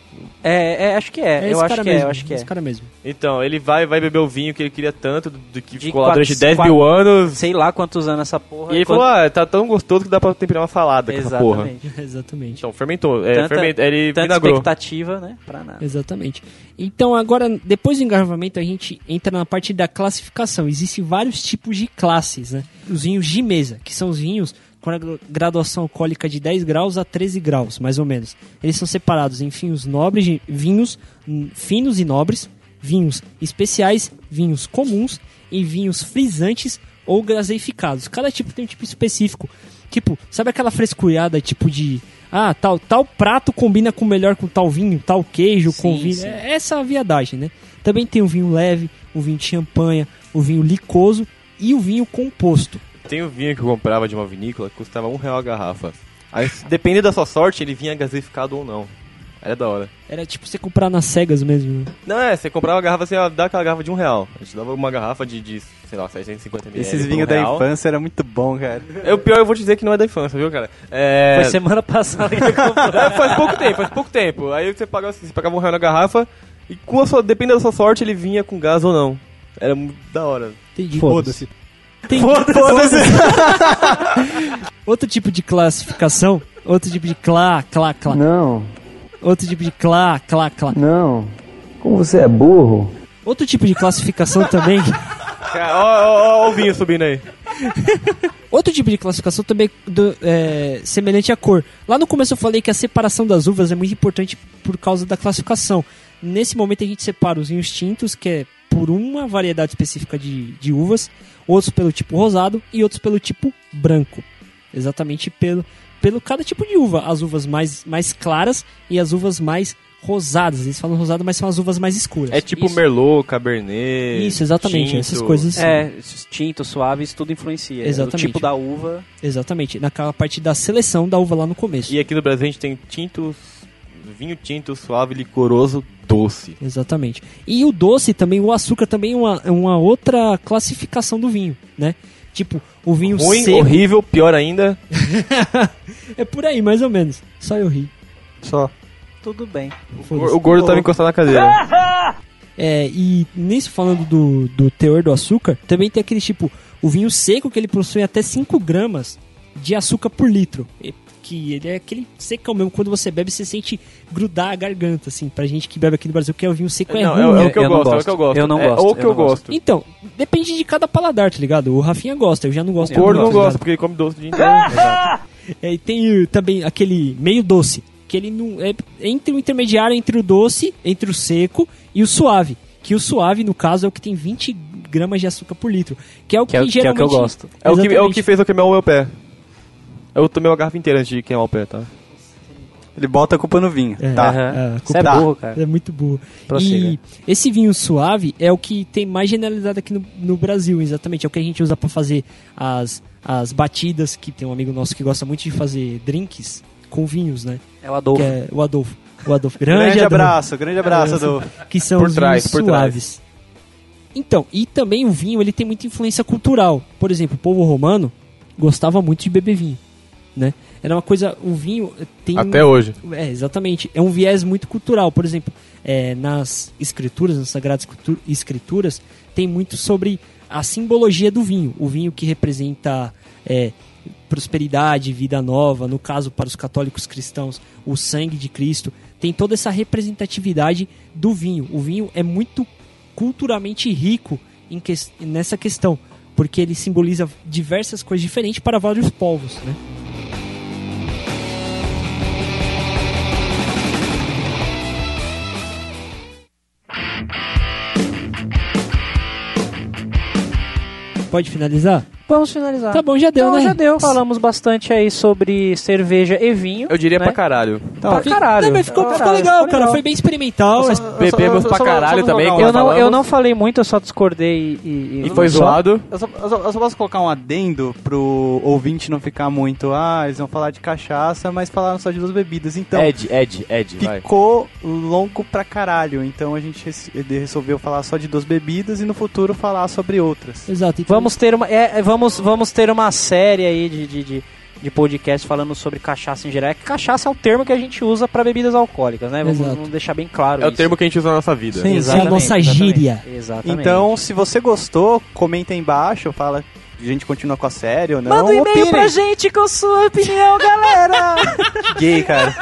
Speaker 8: É, é, acho que é. eu
Speaker 2: esse
Speaker 8: acho
Speaker 2: cara
Speaker 8: que
Speaker 2: mesmo,
Speaker 8: é, eu acho que é.
Speaker 2: Esse cara mesmo.
Speaker 5: Então, ele vai vai beber o vinho que ele queria tanto, do, do que
Speaker 8: De
Speaker 5: ficou lá durante
Speaker 8: quatro-
Speaker 5: 10
Speaker 8: quatro-
Speaker 5: mil anos.
Speaker 8: Sei lá quantos anos essa porra.
Speaker 5: E ele falou, ah, tá tão gostoso que dá pra temperar uma salada com essa porra.
Speaker 8: Exatamente.
Speaker 2: exatamente.
Speaker 5: Então, fermentou. É,
Speaker 8: Tanta-
Speaker 5: ferment- Ele
Speaker 8: Tanta
Speaker 5: vinagrou.
Speaker 8: expectativa, né? Pra
Speaker 2: É.
Speaker 8: nada.
Speaker 2: Exatamente. Então, agora, depois do engarrafamento, a gente entra na parte da classificação. Existem vários tipos de classes, né? Os vinhos de mesa, que são os vinhos com a gra- graduação alcoólica de 10 graus a 13 graus, mais ou menos. Eles são separados em vinhos nobres, de- vinhos hum, finos e nobres, vinhos especiais, vinhos comuns e vinhos frisantes ou gaseificados. Cada tipo tem um tipo específico. Tipo, sabe aquela frescurada, tipo de... Ah, tal, tal prato combina com melhor com tal vinho, tal queijo
Speaker 8: Sim,
Speaker 2: com vinho.
Speaker 8: sim.
Speaker 2: É essa a viadagem, né? Também tem o vinho leve, o vinho de champanha, o vinho licoso e o vinho composto.
Speaker 5: Tem um vinho que eu comprava de uma vinícola que custava um real a garrafa. Aí, dependendo da sua sorte, ele vinha gaseificado ou não. Era da hora.
Speaker 2: Era tipo você comprar nas cegas mesmo. né?
Speaker 5: Não, é, você comprava a garrafa, você ia dar aquela garrafa de um real. A gente dava uma garrafa de, de sei lá, 750 ml.
Speaker 3: Esses
Speaker 5: por
Speaker 3: vinhos
Speaker 5: um
Speaker 3: da
Speaker 5: real.
Speaker 3: infância era muito bom, cara.
Speaker 5: É, o pior eu vou te dizer que não é da infância, viu, cara? É...
Speaker 8: Foi semana passada que eu
Speaker 5: É, faz pouco tempo, faz pouco tempo. Aí você pagava, você pagava um real na garrafa e com a sua, dependendo da sua sorte, ele vinha com gás ou não. Era muito da hora.
Speaker 2: Entendi.
Speaker 3: Foda-se.
Speaker 2: Tem
Speaker 3: Foda-se.
Speaker 2: outro tipo de classificação, outro tipo de clá, clá, clá.
Speaker 7: Não,
Speaker 2: Outro tipo de clá, clá, clá.
Speaker 7: não. Como você é burro?
Speaker 2: Outro tipo de classificação também.
Speaker 5: Cara, ó, ó, ó, ó o vinho subindo aí.
Speaker 2: Outro tipo de classificação também do- é, semelhante à cor. Lá no começo eu falei que a separação das uvas é muito importante por causa da classificação. Nesse momento a gente separa os vinhos tintos, que é por uma variedade específica de, de uvas, outros pelo tipo rosado e outros pelo tipo branco. Exatamente pelo, pelo cada tipo de uva. As uvas mais, mais claras e as uvas mais rosadas. Eles falam rosado, mas são as uvas mais escuras.
Speaker 5: É tipo
Speaker 2: Isso,
Speaker 5: Merlot, Cabernet.
Speaker 2: isso exatamente.
Speaker 5: tinto.
Speaker 2: Essas coisas. assim.
Speaker 8: É, esses tintos, suaves, tudo influencia.
Speaker 2: Exatamente.
Speaker 8: O tipo da uva.
Speaker 2: Exatamente. Naquela parte da seleção da uva lá no começo.
Speaker 5: E aqui no Brasil a gente tem tintos, vinho tinto, suave, licoroso, doce.
Speaker 2: Exatamente. E o doce também, o açúcar também é uma, é uma outra classificação do vinho, né? Tipo, o vinho
Speaker 5: Ruim,
Speaker 2: seco.
Speaker 5: horrível, pior ainda.
Speaker 2: É por aí, mais ou menos. Só eu ri.
Speaker 3: Só.
Speaker 8: Tudo bem.
Speaker 2: Foda-se.
Speaker 5: O gordo tá tava encostado na cadeira.
Speaker 2: É, e nisso, falando do, do teor do açúcar, também tem aquele tipo, o vinho seco que ele possui até 5 gramas de açúcar por litro. E- que ele é aquele secão mesmo. Quando você bebe, você sente grudar a garganta, assim. Pra gente que bebe aqui no Brasil, que é o vinho seco é
Speaker 5: Não, é,
Speaker 2: ruim.
Speaker 5: é
Speaker 2: né?
Speaker 5: o que eu,
Speaker 8: Eu não
Speaker 5: gosto, é o
Speaker 8: gosto.
Speaker 5: que eu gosto.
Speaker 8: Eu não
Speaker 5: É,
Speaker 8: gosto,
Speaker 5: ou o que
Speaker 8: eu
Speaker 5: eu,
Speaker 8: não
Speaker 5: gosto.
Speaker 2: Então, depende de cada paladar, tá ligado? O Rafinha gosta, eu já não gosto.
Speaker 5: O gordo
Speaker 2: tanto,
Speaker 5: não Ah,
Speaker 2: tá ligado?
Speaker 5: gosta, porque ele come doce o dia inteiro.
Speaker 2: É, e tem uh, também aquele meio doce, que ele não é entre o intermediário entre o doce, entre o seco e o suave, que o suave no caso é o que tem 20 gramas de açúcar por litro, que é o que,
Speaker 8: Que é o- que é o que eu
Speaker 2: geralmente
Speaker 8: gosto.
Speaker 5: é, o que, é o
Speaker 2: Exatamente.
Speaker 5: que fez eu queimar o meu pé. Eu tomei uma garrafa inteira antes de queimar o pé, tá?
Speaker 3: Ele bota a culpa no vinho.
Speaker 2: É.
Speaker 3: Tá.
Speaker 8: Aham.
Speaker 2: Ah,
Speaker 8: Você é
Speaker 3: tá.
Speaker 8: burro, cara.
Speaker 2: É muito boa.
Speaker 8: Prossiga.
Speaker 2: E esse vinho suave é o que tem mais genialidade aqui no, no Brasil, exatamente. É o que a gente usa pra fazer as, as batidas, que tem um amigo nosso que gosta muito de fazer drinks com vinhos, né?
Speaker 8: É o Adolfo.
Speaker 2: Que é o Adolfo. O Adolfo. Grande,
Speaker 3: Grande, É,
Speaker 2: Adolfo.
Speaker 3: abraço, grande abraço,
Speaker 2: Adolfo.
Speaker 3: Adolfo.
Speaker 2: que são
Speaker 5: Por
Speaker 2: os
Speaker 5: trás,
Speaker 2: vinhos
Speaker 5: por trás.
Speaker 2: suaves. Então, e também o vinho, ele tem muita influência cultural. Por exemplo, o povo romano gostava muito de beber vinho, né? Era uma coisa, o vinho tem
Speaker 5: hoje.
Speaker 2: é, exatamente. É um viés muito cultural. Por exemplo, é, nas escrituras, nas sagradas Escritu- escrituras, tem muito sobre a simbologia do vinho. O vinho que representa é, prosperidade, vida nova, no caso para os católicos cristãos, o sangue de Cristo. Tem toda essa representatividade do vinho. O vinho é muito culturalmente rico em ques- nessa questão. porque ele simboliza diversas coisas diferentes para vários povos, né? Pode finalizar?
Speaker 4: Vamos finalizar.
Speaker 2: Tá bom, já deu,
Speaker 4: então,
Speaker 2: né?
Speaker 4: já deu. Falamos bastante aí sobre cerveja e vinho.
Speaker 5: Eu diria
Speaker 4: né?
Speaker 5: pra caralho.
Speaker 4: Pra caralho.
Speaker 2: Não, mas ficou, ficou legal, cara. Foi bem experimental. mas-
Speaker 5: Bebemos pra caralho
Speaker 3: um
Speaker 5: também, tá
Speaker 4: Eu
Speaker 5: Nós
Speaker 4: não, eu
Speaker 5: falamos.
Speaker 4: não falei muito, eu só discordei e... e-
Speaker 5: E foi
Speaker 4: só-
Speaker 5: zoado.
Speaker 3: Eu só, eu só- eu só posso colocar um adendo pro ouvinte não ficar muito, ah, eles vão falar de cachaça, mas falaram só de duas bebidas. Então,
Speaker 5: Ed, Ed, Ed, É, vai.
Speaker 3: ficou longo pra caralho. Então a gente res- resolveu falar só de duas bebidas e no futuro falar sobre outras.
Speaker 2: Exato. então-
Speaker 4: Vamos ter uma, é, é, vamos, vamos ter uma série aí de, de, de, de podcast falando sobre cachaça em geral. É que cachaça é o termo que a gente usa pra bebidas alcoólicas, né? Vamos,
Speaker 2: Exato.
Speaker 4: vamos deixar bem claro
Speaker 5: É o
Speaker 4: isso.
Speaker 5: termo que a gente usa na nossa vida.
Speaker 2: Sim. Isso é a nossa gíria.
Speaker 4: Exatamente.
Speaker 3: Então, se você gostou, comenta aí embaixo, fala a gente continua com a série ou não.
Speaker 4: Manda um e-mail
Speaker 3: Opinem.
Speaker 4: pra gente com sua opinião, galera!
Speaker 3: Gay, cara.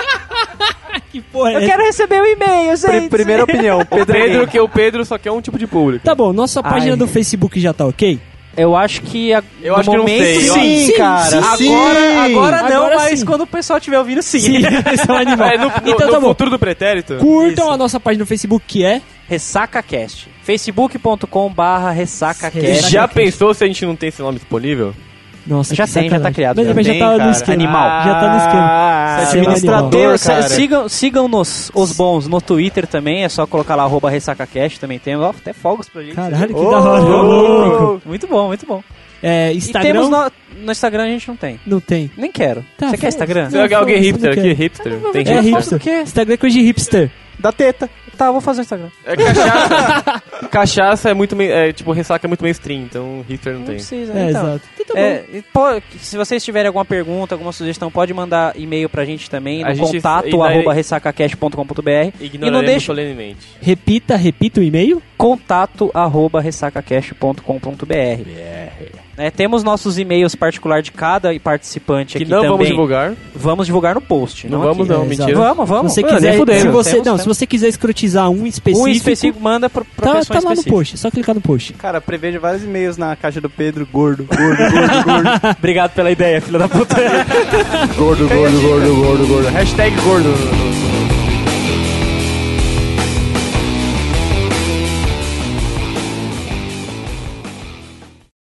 Speaker 2: Que porra é
Speaker 4: Eu
Speaker 2: essa?
Speaker 4: quero receber o e-mail, gente!
Speaker 3: Pri- primeira opinião,
Speaker 5: O
Speaker 3: Pedro.
Speaker 5: Pedro, é que o Pedro só quer um tipo de público.
Speaker 2: Tá bom, nossa página
Speaker 4: Ai.
Speaker 2: do Facebook já tá ok?
Speaker 4: Eu acho que... A,
Speaker 5: Eu
Speaker 4: no
Speaker 5: acho que não
Speaker 4: momento,
Speaker 5: sei, eu
Speaker 4: Sim,
Speaker 3: Sim, cara. Sim.
Speaker 4: Agora, agora não,
Speaker 2: Agora
Speaker 4: mas
Speaker 2: sim.
Speaker 4: quando o pessoal tiver ouvindo, sim.
Speaker 2: Sim, esse é um animal.
Speaker 5: É, no, no-
Speaker 2: então
Speaker 5: no
Speaker 2: tá bom.
Speaker 5: futuro do pretérito?
Speaker 2: Curtam
Speaker 4: Isso.
Speaker 2: a nossa página no Facebook que é.
Speaker 4: RessacaCast. facebook.com barra RessacaCast.
Speaker 5: Já pensou se a gente não tem esse nome disponível?
Speaker 2: Nossa,
Speaker 4: Já
Speaker 2: que
Speaker 4: tem, já tá
Speaker 2: sacanagem.
Speaker 4: criado,
Speaker 2: Mas
Speaker 4: já
Speaker 2: já,
Speaker 3: tem,
Speaker 2: tá no
Speaker 3: cara.
Speaker 2: esquema.
Speaker 4: Animal.
Speaker 2: Já tá no esquema.
Speaker 5: Ah,
Speaker 2: Você é um animal.
Speaker 3: administrador.
Speaker 4: Deus,
Speaker 3: cara.
Speaker 4: sigam, sigam-nos, os bons, no Twitter também, é só colocar lá, arroba RessacaCast, também tem, ó, até fogos pra gente.
Speaker 2: Caralho, que
Speaker 3: Ô,
Speaker 2: da hora.
Speaker 3: louco.
Speaker 4: Muito bom, muito bom.
Speaker 2: É,
Speaker 4: E
Speaker 2: Instagram
Speaker 4: temos no, no Instagram a gente não tem.
Speaker 2: não tem.
Speaker 4: Nem quero.
Speaker 2: Tá,
Speaker 4: Você quer
Speaker 2: foda-se.
Speaker 4: Instagram?
Speaker 5: Será que é alguém
Speaker 2: Não,
Speaker 5: hipster
Speaker 2: não
Speaker 5: aqui?
Speaker 2: quero.
Speaker 5: Hipster? Tem
Speaker 2: É
Speaker 5: hipster?
Speaker 2: hipster. Instagram é coisa de hipster.
Speaker 3: Da teta.
Speaker 4: Tá, vou fazer o Instagram.
Speaker 5: É cachaça. cachaça é muito. main- É, tipo, ressaca é muito mainstream, então hipster não
Speaker 4: Não
Speaker 5: tem.
Speaker 4: precisa,
Speaker 2: É,
Speaker 4: então.
Speaker 2: exato. Então tá bom.
Speaker 4: É, e po- se vocês tiverem alguma pergunta, alguma sugestão, pode mandar e-mail pra gente também
Speaker 5: A
Speaker 4: no
Speaker 5: gente- e
Speaker 4: contato
Speaker 5: daí-
Speaker 4: arroba ressacacast.com.br
Speaker 5: Ignoraremos
Speaker 4: E não deixa-
Speaker 5: solenemente.
Speaker 2: Repita, repita o e-mail.
Speaker 4: contato arroba ressacacast.com.br É, temos nossos e-mails particular de cada participante
Speaker 5: Que
Speaker 4: aqui
Speaker 5: não
Speaker 4: também.
Speaker 5: vamos divulgar.
Speaker 4: Vamos divulgar no post,
Speaker 5: Não,
Speaker 4: não,
Speaker 5: vamos,
Speaker 4: aqui.
Speaker 5: não,
Speaker 2: É,
Speaker 5: mentira.
Speaker 2: exato.
Speaker 4: Vamos, vamos.
Speaker 2: Se você
Speaker 4: Mano,
Speaker 2: quiser,
Speaker 4: nem fudendo.
Speaker 2: se você,
Speaker 4: Temos,
Speaker 2: não, se
Speaker 4: temos.
Speaker 2: você quiser escrotizar um específico,
Speaker 4: Um específico manda pro, pro
Speaker 2: tá,
Speaker 4: pessoa
Speaker 2: tá lá no
Speaker 4: específica.
Speaker 2: post. É só clicar no post.
Speaker 3: Cara, preveja vários e-mails na caixa do Pedro. Gordo, gordo, gordo, gordo.
Speaker 4: Obrigado pela ideia, filha da puta.
Speaker 5: Gordo, gordo, gordo, gordo. Hashtag gordo.